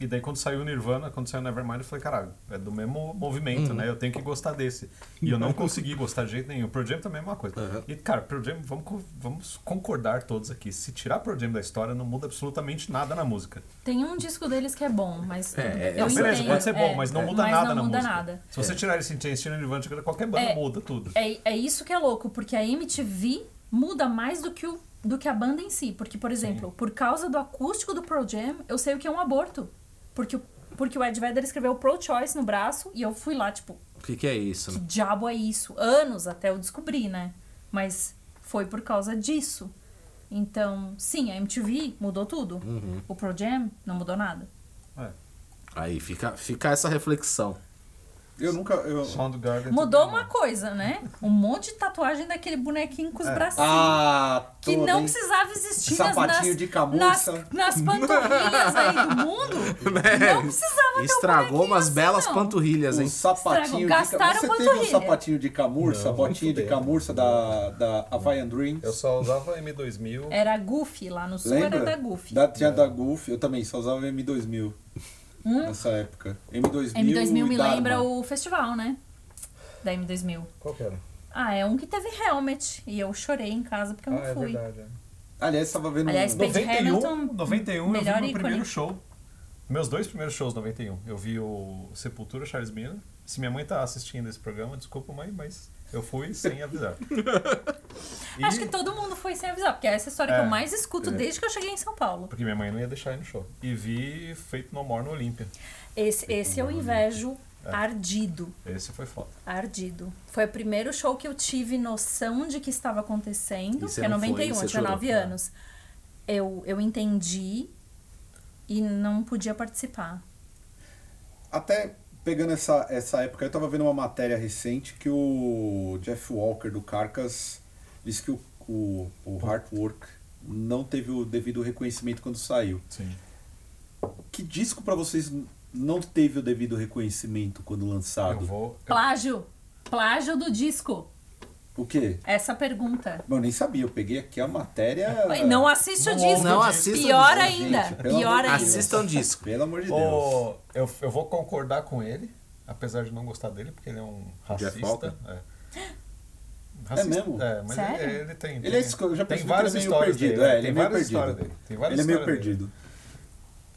C: E daí quando saiu o Nirvana, quando saiu o Nevermind, eu falei, caralho, é do mesmo
E: Uhum.
C: movimento, né? Eu tenho que gostar desse. E eu não consegui gostar de jeito nenhum. O Pearl Jam também é a mesma coisa.
E: Aham.
C: E, cara, Pearl Jam, vamos, co- vamos concordar todos aqui. Se tirar Pearl Jam da história, não muda absolutamente nada na música.
D: Tem um disco deles que é bom, mas.
E: É, é,
D: eu
E: não,
C: Beleza,
D: entendo,
C: pode ser bom,
D: é,
C: mas não muda nada
D: não
C: na
D: muda
C: música.
D: nada.
C: Se você tirar esse Chance, tirar Nirvana, tira qualquer banda,
D: É.
C: muda tudo.
D: É, é isso que é louco, porque a MTV muda mais do que, o, do que a banda em si. Porque, por exemplo, por causa do acústico do Pro Jam, eu sei o que é um aborto. Porque, o- porque o Ed Vedder escreveu Pro Choice no braço e eu fui lá, tipo,
E: O que, que é isso?
D: que diabo é isso? Anos até eu descobrir, né? Mas foi por causa disso. Então, sim, a MTV mudou tudo. O Pro Jam não mudou nada.
E: Aí fica, fica essa reflexão.
B: Eu nunca. Eu,
F: um
C: Soundgarden...
D: Mudou
C: também,
D: uma coisa, né? Um monte de tatuagem daquele bonequinho com os bracinhos.
B: Ah,
D: Que
B: toda,
D: não
B: hein?
D: precisava existir nas,
B: Sapatinho
D: nas,
B: de camurça.
D: nas, nas panturrilhas aí do mundo. Não precisava ter um
E: Estragou
D: bonequinho
E: umas
D: assim,
E: belas
D: não.
E: panturrilhas,
B: O
E: hein?
B: um sapatinho de
D: Gastaram
B: camurça. Você teve um
D: panturrilha.
B: sapatinho de camurça, a botinha de camurça da, da Hawaiian Dreams?
C: Eu só usava M2000.
D: Era a Goofy, lá no sul
B: Lembra?
D: era da Goofy.
B: Da,
C: É.
B: tinha da Goofy, eu também só usava M2000
D: Hum?
B: nessa época. M2000,
D: M2000
B: e
D: me
B: Dharma.
D: lembra o festival, né? Da M2000.
C: Qual que era?
D: Ah, é um que teve Helmet. E eu chorei em casa porque eu não
C: Ah, é
D: fui.
C: verdade. é.
B: Aliás, tava vendo
D: Aliás,
B: um...
D: bem- Page
C: 91,
D: Hamilton,
C: 91 eu vi
D: melhor
C: meu
D: ícone.
C: primeiro show. Meus dois primeiros shows 91. Eu vi o Sepultura Charles Miller. Se minha mãe tá assistindo esse programa, desculpa, mãe, mas eu fui sem avisar. E-
D: Acho que todo mundo foi sem avisar, porque essa é a história que
C: É.
D: eu mais escuto desde que eu cheguei em São Paulo.
C: Porque minha mãe não ia deixar ir no show. E vi Feito No More no Olímpia.
D: Esse, esse eu invejo ardido.
C: Esse foi foda.
D: Ardido. Foi o primeiro show que eu tive noção de que estava acontecendo,
E: E você
D: que é
E: não foi,
D: 91,
E: você
D: eu tinha
E: chorou.
D: 9 anos. Eu, eu entendi e não podia participar.
B: Até pegando essa, essa época, eu tava vendo uma matéria recente que o Jeff Walker do Carcas disse que o, o, o Heartwork não teve o devido reconhecimento quando saiu.
C: Sim.
B: Que disco pra vocês n- não teve o devido reconhecimento quando
C: Eu
B: lançado?
C: vou. eu-
D: Plágio! Plágio do disco.
B: O quê?
D: Essa pergunta.
B: Mano, eu nem sabia, eu peguei aqui a matéria.
D: Ué, Não assiste o
C: Não
D: disco.
E: ouve o disco.
D: Pior
B: Não,
D: ainda.
B: gente, pelo amor
D: Pior
B: de
D: ainda.
B: Deus.
E: Assistam disco.
B: Pelo amor de Deus.
C: Ô, eu, eu vou concordar com ele, apesar de não gostar dele, porque ele é um
E: Jeff
C: racista.
E: Walker?
C: É.
B: mesmo?
C: É, mas
D: Sério?
C: ele, ele tem.
B: Ele é esco- eu já
C: tem
B: percebi que
C: várias
B: ele é meio
C: histórias
B: perdido, é,
C: dele.
B: ele
C: tem
B: é meio
C: várias
B: perdido.
C: histórias dele. Tem várias
B: Ele é meio
C: histórias dele.
B: perdido.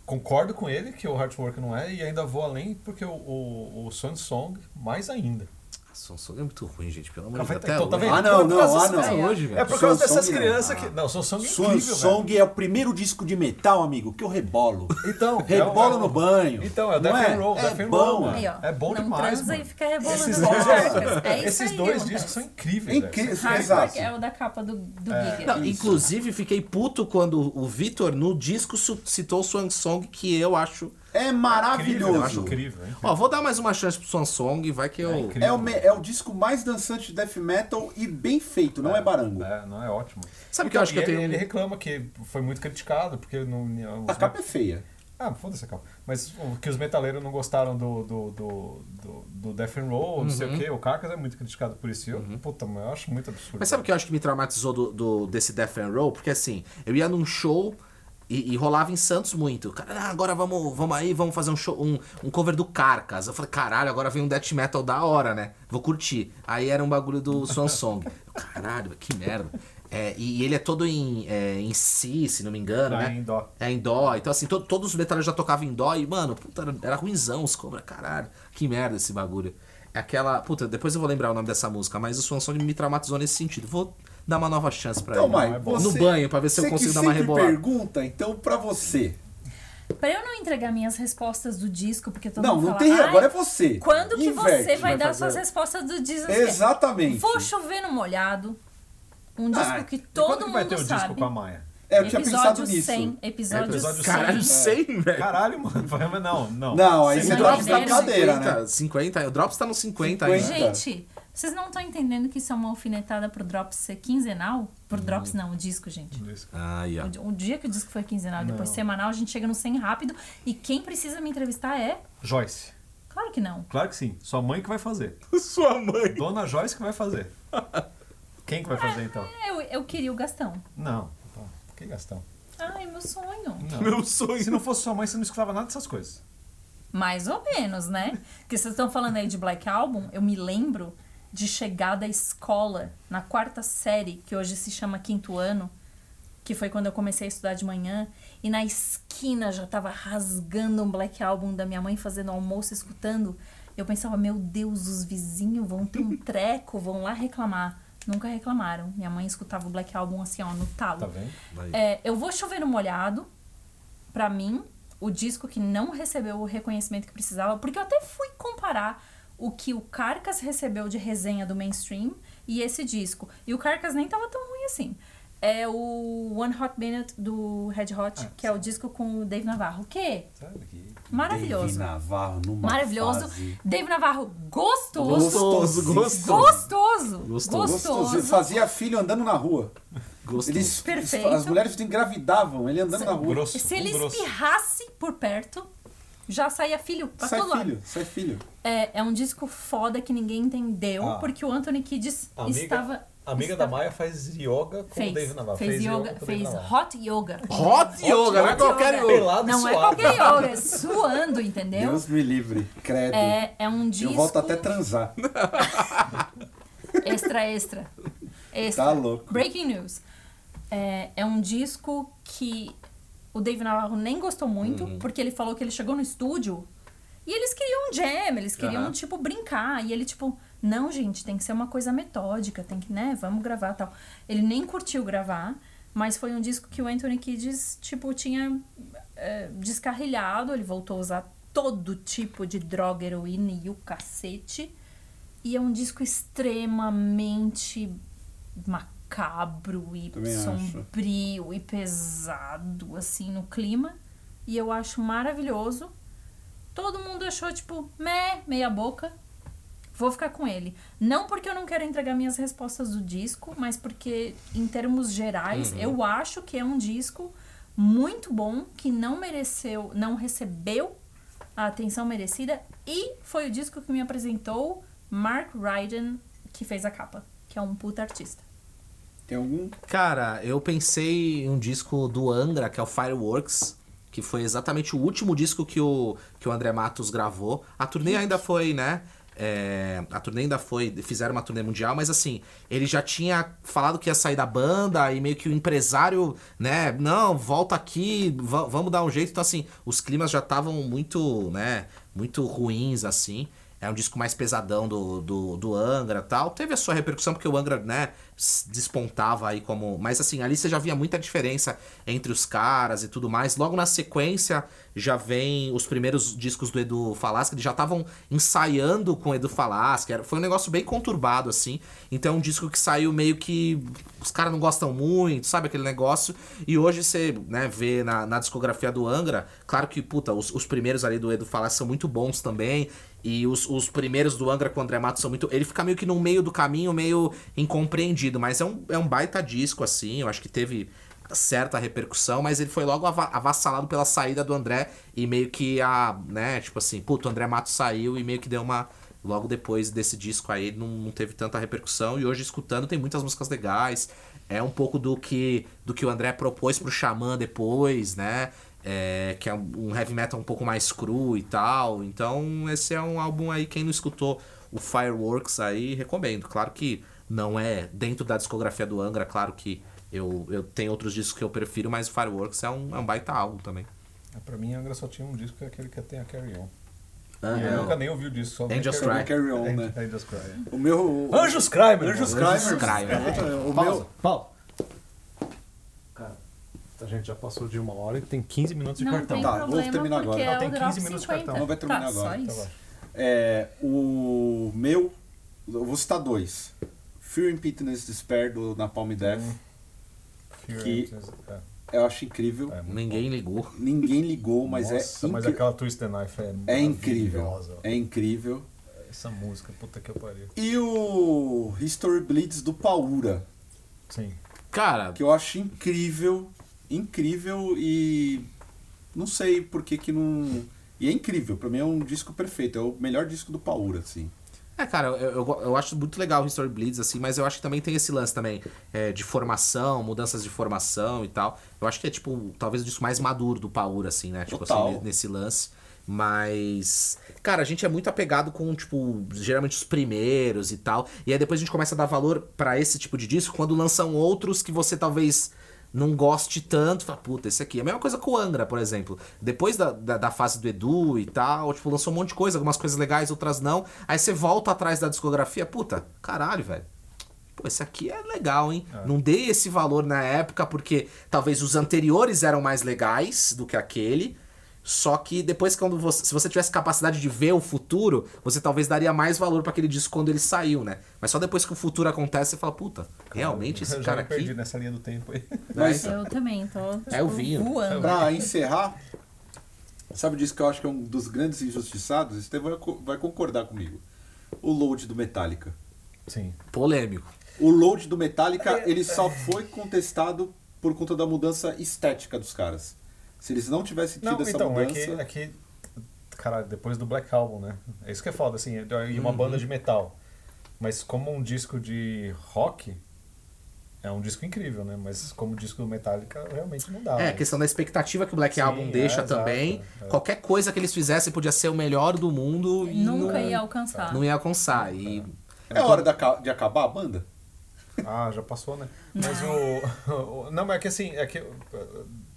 C: Concordo com ele que o Heartwork não é, e ainda vou além, porque o, o, o Swan Song, mais ainda.
E: Ah, Sonsong é muito ruim, gente, pelo
C: Cara,
E: amor de
C: vai
E: Deus.
C: ter- então, tá
E: hoje.
C: vendo?
B: Ah, não,
C: Por causa
B: não, ah,
C: dessas
B: não.
E: Até hoje,
C: É
E: velho.
C: por
B: Swan
C: causa dessas
B: Song não.
C: crianças
B: Ah.
C: que. Não, o Swan Song é
B: Swan
C: incrível. velho.
B: Song é o primeiro disco de metal, amigo, que eu rebolo.
C: Então,
B: Rebolo
C: é o-
B: no banho.
C: Então, é o
B: Não
C: Death
B: é?
C: and Roll.
B: É
C: Death and
B: bom,
C: Roll,
B: mano.
D: Aí, ó,
C: É bom
D: não
C: demais,
D: transa
C: mano.
D: e fica rebolando
C: Esses
D: as
C: dois,
D: costas. É isso
C: Esses
D: aí,
C: dois
D: Lucas.
C: discos são É. incríveis.
B: É Incrível,
C: velho.
D: Hardback
B: exato.
D: é o da capa do, do Giger.
E: Não,
B: Isso.
E: inclusive, fiquei puto quando o Vitor, no disco, su- citou o Swansong, que eu acho...
B: É
C: Incrível, eu acho
B: maravilhoso.
C: incrível. hein?
E: Ó, vou dar mais uma chance pro Swansong, vai que eu...
C: incrível.
B: É o, me- é o disco mais dançante de death metal e bem feito, não é barango.
C: É, não é ótimo.
E: Sabe o que eu acho que
C: e
E: eu
C: ele, é
E: tenho...
F: um-
C: ele reclama que foi muito criticado, porque não. não-
B: A
C: os
B: capa
C: me-
B: é feia.
C: Ah, foda-se a capa. Mas o que os metaleiros não gostaram do, do, do, do, do Death and Roll, não
F: Uhum.
C: sei o quê. O Carcas é muito criticado por isso. E eu, puta, mas eu acho muito absurdo.
E: Mas sabe o que eu acho que me traumatizou do, do- desse Death and Roll? Porque assim, eu ia num show e, e rolava em Santos muito. Cara, ah, agora vamos, vamos aí, vamos fazer um show, um, um cover do Carcas. Eu falei, caralho, agora vem um death metal da hora, né? Vou curtir. Aí era um bagulho do Swansong. Caralho, que merda. É, e, e ele é todo em, é, em si, se não me engano,
C: Ah,
E: né?
C: é em dó.
E: É em dó. Então, assim, to- todos os metaleiros já tocavam em dó e, mano, puta, era, era ruinzão os cobra. Caralho, que merda esse bagulho. É Aquela. Puta, depois eu vou lembrar o nome dessa música, mas é o Swansong me traumatizou nesse sentido. Vou dar uma nova chance pra
B: Então,
E: ele. é
B: Mai, você,
E: no banho, pra ver se eu
B: você que
E: consigo dar uma
B: sempre
E: rebolada.
B: pergunta, então, pra você.
D: Pra eu não entregar minhas respostas do disco, porque todo
B: não,
D: mundo
B: não
D: fala,
B: tem,
D: "Ai,
B: agora é você.
D: Quando que
B: Inverte,
D: você vai, dar
B: fazer-
D: suas respostas do disco?
B: Exatamente.
D: Vou chover no molhado. Um disco
B: Ah,
D: que
C: E quando
D: todo
C: que
D: mundo
C: vai ter o
D: sabe.
C: disco com a Maia?
B: É, eu tinha pensado
D: episódio
B: nisso. É,
D: 100, episódio,
C: episódio 100.
D: 100.
B: né?
E: Caralho, sei, velho. tá
C: Caralho, mano. Vai- mas Não, não.
B: Não, aí você
D: Mas
B: drops
D: é
B: na
D: verdade.
B: cadeira, né?
E: 50, 50, o Drops tá no 50, ainda.
B: Gente,
D: Gente, vocês não estão entendendo que isso é uma alfinetada pro Drops ser quinzenal? Pro Drops não, o disco, gente.
E: Aí, ó.
D: O di- O dia que o disco foi quinzenal, depois semanal, a gente chega no 100 rápido. E quem precisa me entrevistar é...
C: Joyce.
D: Claro que não.
C: Claro que sim. Sua mãe que vai fazer.
E: Sua mãe.
C: Dona Joyce que vai fazer. Quem que vai fazer então?
D: Eu, eu queria o Gastão.
C: Não. Então, por que Gastão?
D: Ai, meu sonho.
E: Meu sonho.
F: Se não fosse sua mãe, você não escutava nada dessas coisas.
D: Mais ou menos, né? Porque vocês estão falando aí de Black Album, eu me lembro de chegar da escola na quarta série, que hoje se chama quinto ano, que foi quando eu comecei a estudar de manhã, e na esquina já tava rasgando um Black Album da minha mãe fazendo almoço, escutando. Eu pensava, meu Deus, os vizinhos vão ter um treco, vão lá reclamar. Nunca reclamaram. Minha mãe escutava o Black Album assim, ó, no talo.
F: Tá vendo?
D: É, eu vou chover no molhado. Pra mim, o disco que não recebeu o reconhecimento que precisava, porque eu até fui comparar o que o Carcas recebeu de resenha do mainstream e esse disco. E o Carcas nem tava tão ruim assim. É o One Hot Minute do Red Hot,
B: Ah,
D: que é o disco com o Dave Navarro. O quê?
F: Sabe que...
D: Maravilhoso.
B: Dave Navarro numa
D: Maravilhoso.
B: fase-
D: Dave Navarro, gostoso.
E: Gostoso, gostoso.
D: Gostoso.
E: Gostoso.
B: Gostoso. Ele fazia filho andando na rua.
E: Gostoso.
B: Eles,
D: Perfeito.
B: As mulheres engravidavam ele andando na rua.
F: Grosso.
D: Se ele
F: um grosso.
D: espirrasse por perto, já saía filho pra
B: Sai
D: todo lado.
B: filho, sai filho.
D: É, é um disco foda que ninguém entendeu,
F: Ah.
D: porque o Anthony Kiddis
F: Amiga-
D: estava.
F: Amiga da
D: estava-
F: Maia faz yoga com o
D: fez,
F: David Navarro.
D: fez, yoga,
F: com o David
D: fez
F: Navarro.
D: hot yoga.
E: Hot yoga, não é
D: Hot
E: qualquer
B: né?
D: yoga.
E: yoga.
F: Pelado e
D: Não é
F: suado.
D: qualquer yoga, é suando, entendeu?
B: Deus me livre. Credo.
D: É, é um
B: Eu
D: disco
B: volto até transar.
D: extra, extra. extra.
B: Tá louco.
D: Breaking News. É, é um disco que o Dave Navarro nem gostou muito,
B: Uhum.
D: porque ele falou que ele chegou no estúdio e eles queriam um jam, eles queriam,
E: Aham.
D: tipo, brincar. E ele, tipo, não, gente, tem que ser uma coisa metódica, tem que, né, vamos gravar tal. Ele nem curtiu gravar, mas foi um disco que o Anthony Kiddis, tipo, tinha é, descarrilhado. Ele voltou a usar todo tipo de droga, heroína e o cacete. E é um disco extremamente macabro e
B: Também acho.
D: sombrio e pesado, assim, no clima. E eu acho maravilhoso. Todo mundo achou, tipo, meh, meia boca. Vou ficar com ele. Não porque eu não quero entregar minhas respostas do disco, mas porque, em termos
B: Uhum.
D: gerais, eu acho que é um disco muito bom, que não mereceu, não recebeu a atenção merecida. E foi o disco que me apresentou Mark Ryden, que fez a capa, que é um puta artista.
B: Tem algum?
E: Cara, eu pensei em um disco do Angra, que é o Fireworks, que foi exatamente o último disco que o, que o André Matos gravou. A turnê ainda foi, né? é, a turnê ainda foi. Fizeram uma turnê mundial, mas assim, ele já tinha falado que ia sair da banda e meio que o empresário, né? Não, volta aqui, va- vamos dar um jeito. Então, assim, os climas já estavam muito, né? Muito ruins, assim. É um disco mais pesadão do, do, do Angra e tal. Teve a sua repercussão, porque o Angra, né, s- despontava aí como. Mas assim, ali você já via muita diferença entre os caras e tudo mais. Logo na sequência já vem os primeiros discos do Edu Falasca, eles já estavam ensaiando com o Edu Falasca. Era- Foi um negócio bem conturbado, assim. Então é um disco que saiu meio que. Os caras não gostam muito, sabe? Aquele negócio. E hoje você, né, vê na, na discografia do Angra, claro que, puta, os, os primeiros ali do Edu Falasca são muito bons também. E os, os primeiros do Angra com o André Matos são muito. Ele fica meio que no meio do caminho, meio incompreendido. Mas é um, é um baita disco, assim. Eu acho que teve certa repercussão, mas ele foi logo ava- avassalado pela saída do André e meio que a, né, tipo assim, puto, o André Matos saiu e meio que deu uma logo depois desse disco aí, não, não teve tanta repercussão e hoje escutando tem muitas músicas legais. É um pouco do que do que o André propôs pro Xamã depois, né? É, que é um um heavy metal um pouco mais cru e tal. Então, esse é um álbum aí quem não escutou o Fireworks aí, recomendo. Claro que não é dentro da discografia do Angra, claro que eu, eu tenho outros discos que eu prefiro, mas o Fireworks é um, é um baita álbum também.
F: É, Pra mim, Angra só tinha um disco que é aquele que tem a Carry On.
E: Ah,
F: E É, eu nunca nem ouvi o disco. Só vi
E: Angels
F: Carry
E: Cry.
B: Carry On, né?
F: Angels Cry. é.
B: O meu. o-
F: Anjos Cry, meu
B: Anjos
F: irmão.
B: Crimers.
E: Crimers.
B: O
F: Pausa,
B: meu.
F: pausa. Cara, a gente já passou de uma hora e tem 15 minutos de
D: Não
F: cartão.
D: tem
B: Tá, vou
D: problema,
B: terminar agora.
D: porque
F: Ela
D: é
F: tem
D: o Drop
F: 15 minutos de
D: 50.
F: cartão.
B: Vai terminar
D: tá,
B: agora.
D: Só
F: Tá
D: isso.
F: bom.
B: É, o meu. Eu vou citar dois. Fear and Pitness Despair do Napalm Death.
F: Uhum. Fear
B: Que-
F: and- é.
B: Eu acho incrível.
F: É.
E: Ninguém ligou.
B: Ninguém ligou, mas
F: Nossa,
B: é.
F: mas
B: incri-
F: aquela Twisted Knife é
B: É incrível.
F: maravilhosa.
B: É incrível.
F: Essa música, puta que eu pariu.
B: E o History Bleeds do Paura,
F: Sim.
E: Cara,
B: que eu acho incrível, incrível e não sei por que que não... E é incrível, pra mim é um disco perfeito, é o melhor disco do Paura, assim.
E: É, cara, eu, eu, go- eu acho muito legal o History Blitz, assim, mas eu acho que também tem esse lance também é, de formação, mudanças de formação e tal. Eu acho que é, tipo, talvez o disco mais maduro do Paur, assim, né? Tipo, assim,
B: Total.
E: ne- nesse lance. Mas, cara, a gente é muito apegado com, tipo, geralmente os primeiros e tal. E aí depois a gente começa a dar valor pra esse tipo de disco quando lançam outros que você talvez não goste tanto. Fala, puta, esse aqui. A mesma coisa com o Angra, por exemplo. Depois da, da, da fase do Edu e tal, tipo, lançou um monte de coisa, algumas coisas legais, outras não. Aí você volta atrás da discografia, puta, caralho, velho. Pô, esse aqui é legal, hein? Não dei esse valor na época, porque talvez os anteriores eram mais legais do que aquele. Só que depois, quando você, se você tivesse capacidade de ver o futuro, você talvez daria mais valor pra aquele disco quando ele saiu, né? Mas só depois que o futuro acontece, você fala, puta, realmente esse
C: eu
E: cara
C: já me perdi
E: aqui.
C: nessa linha do tempo aí.
B: Mas
D: Eu também tô tipo,
E: É o vinho.
D: voando.
B: pra encerrar, sabe disso que eu acho que é um dos grandes injustiçados? Estevão vai, co- vai concordar comigo. O load do Metallica.
C: Sim.
E: Polêmico.
B: O load do
C: É.
B: Metallica, ele só foi contestado por conta da mudança estética dos caras. Se eles não tivessem tido
C: Não,
B: essa
C: então, é
B: mudança.
C: que, é que. Caralho, depois do Black Album, né? É isso que é foda, assim, é de- e
B: Uhum.
C: uma banda de metal. Mas como um disco de rock, é um disco incrível, né? Mas como disco do Metallica, realmente não dá.
E: É, a
C: né?
E: questão da expectativa que o Black
C: Sim,
E: Album
C: é,
E: deixa
C: exato,
E: também.
C: é.
E: Qualquer coisa que eles fizessem podia ser o melhor do mundo e
D: Nunca
E: não,
D: ia
B: Tá.
D: alcançar.
E: não ia alcançar. E
B: É hora da ca- de acabar a banda?
C: Ah, já passou, né? Mas o, o- Não, mas é que assim, é que. eu-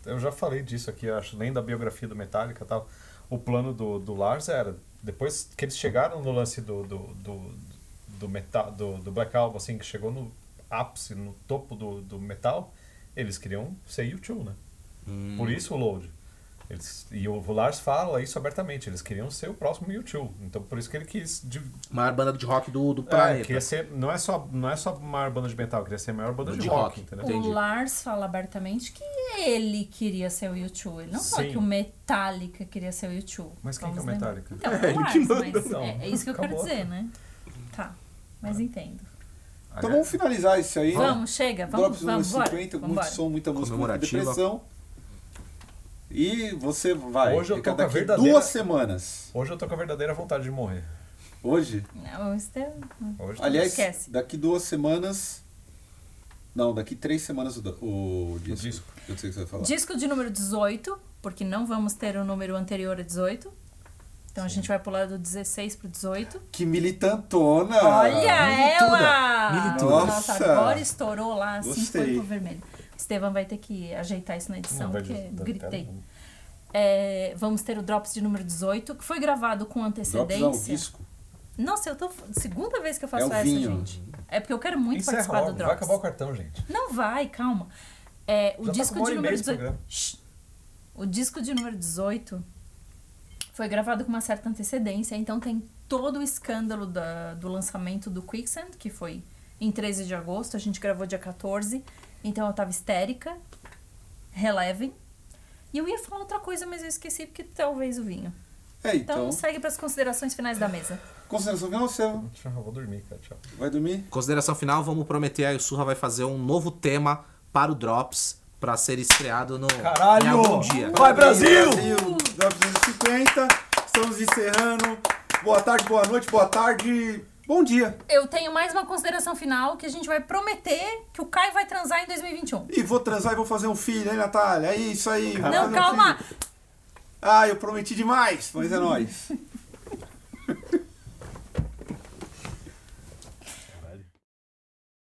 C: Eu já falei disso aqui, eu acho, nem da biografia do Metallica e tal. O plano do, do Lars era. Depois que eles chegaram no lance do. do, do, do, metal, do, do Black Album, assim, que chegou no ápice, no topo do, do metal, eles queriam ser U2, né? Por isso o Load. Eles, e o Lars fala isso abertamente, eles queriam ser o próximo U2. Então por isso que ele quis de-
E: maior banda de rock do, do
C: é,
E: planeta.
C: queria ser, não é só não é só a maior banda de metal, queria ser a maior banda de,
E: De rock.
C: rock, entendeu?
E: Entendi.
D: O Lars fala abertamente que ele queria ser o YouTube. Ele não fala
C: Sim.
D: que o Metallica queria ser o YouTube.
C: Mas quem que é o Metallica?
D: Então, é, o Lars, mas
C: Não,
D: é, é isso que eu quero
C: acabou.
D: dizer, né? Tá, mas entendo.
B: Então vamos finalizar isso aí.
D: Vamos, chega, vamos,
B: Drops
D: vamos, bora.
B: 150, muito
D: Vambora.
B: som, muita música, muita
E: Comemorativa.
B: depressão. E você vai.
C: Hoje eu
B: fica
C: tô com a
B: daqui
C: verdadeira-
B: duas semanas.
C: Hoje eu tô com a verdadeira vontade de morrer.
B: Hoje?
D: Não, isso é-
C: Hoje tá-
B: Aliás,
D: Esquece.
B: daqui duas semanas. Não, daqui três semanas o, do- o disco.
C: disco.
B: Eu sei o que você vai falar.
D: um Disco de número 18, porque não vamos ter o número anterior a 18. Então a gente vai pular do 16 pro 18.
B: Que militantona!
C: Ah,
D: Olha
E: milituda,
D: ela!
E: milituda.
D: Nossa,
B: Nossa.
D: agora estourou lá, assim
B: Gostei.
D: foi pro vermelho. Estevam vai ter que ajeitar isso na edição,
C: Não, vai
D: porque
C: ajeitar,
D: gritei.
C: tá bom.
D: É, vamos ter o Drops de número 18, que foi gravado com
B: Drops ao
D: antecedência.
B: disco.
D: Nossa, eu tô. Segunda vez que eu
B: É
D: faço
B: o
D: essa,
B: vinho.
D: gente. É porque eu quero muito
C: Encerra
D: participar
C: logo,
D: do
C: vai
D: Drops.
C: acabar o cartão, gente.
D: Não vai, calma. É,
C: Já
D: o
C: tá
D: disco
C: com uma hora
D: de
C: e
D: número
C: meia esse
D: 18.
C: programa.
D: Shh. O disco de número 18 foi gravado com uma certa antecedência, então tem todo o escândalo da- do lançamento do Quicksand, que foi em 13 de agosto, a gente gravou dia 14, então eu tava histérica. Relevem. E eu ia falar outra coisa, mas eu esqueci porque talvez o vinho.
B: É,
D: Então,
B: então.
D: segue para as considerações finais da mesa.
B: Consideração final, você
C: Tchau, eu vou dormir, cara. Tchau.
B: vai dormir?
E: Consideração final, vamos prometer aí o Surra vai fazer um novo tema para o Drops pra ser estreado no
C: Caralho!
E: em algum dia.
C: Vai, Brasil!
B: Brasil! Drops 250, estamos encerrando. Boa tarde, boa noite, boa tarde, bom dia.
D: Eu tenho mais uma consideração final que a gente vai prometer que o Caio vai transar em 2021.
B: E vou transar e vou fazer um filho, hein, Natália? É isso aí. vou
D: Não,
B: fazer um
D: calma!
B: filho. Ah, eu prometi demais, mas é nóis.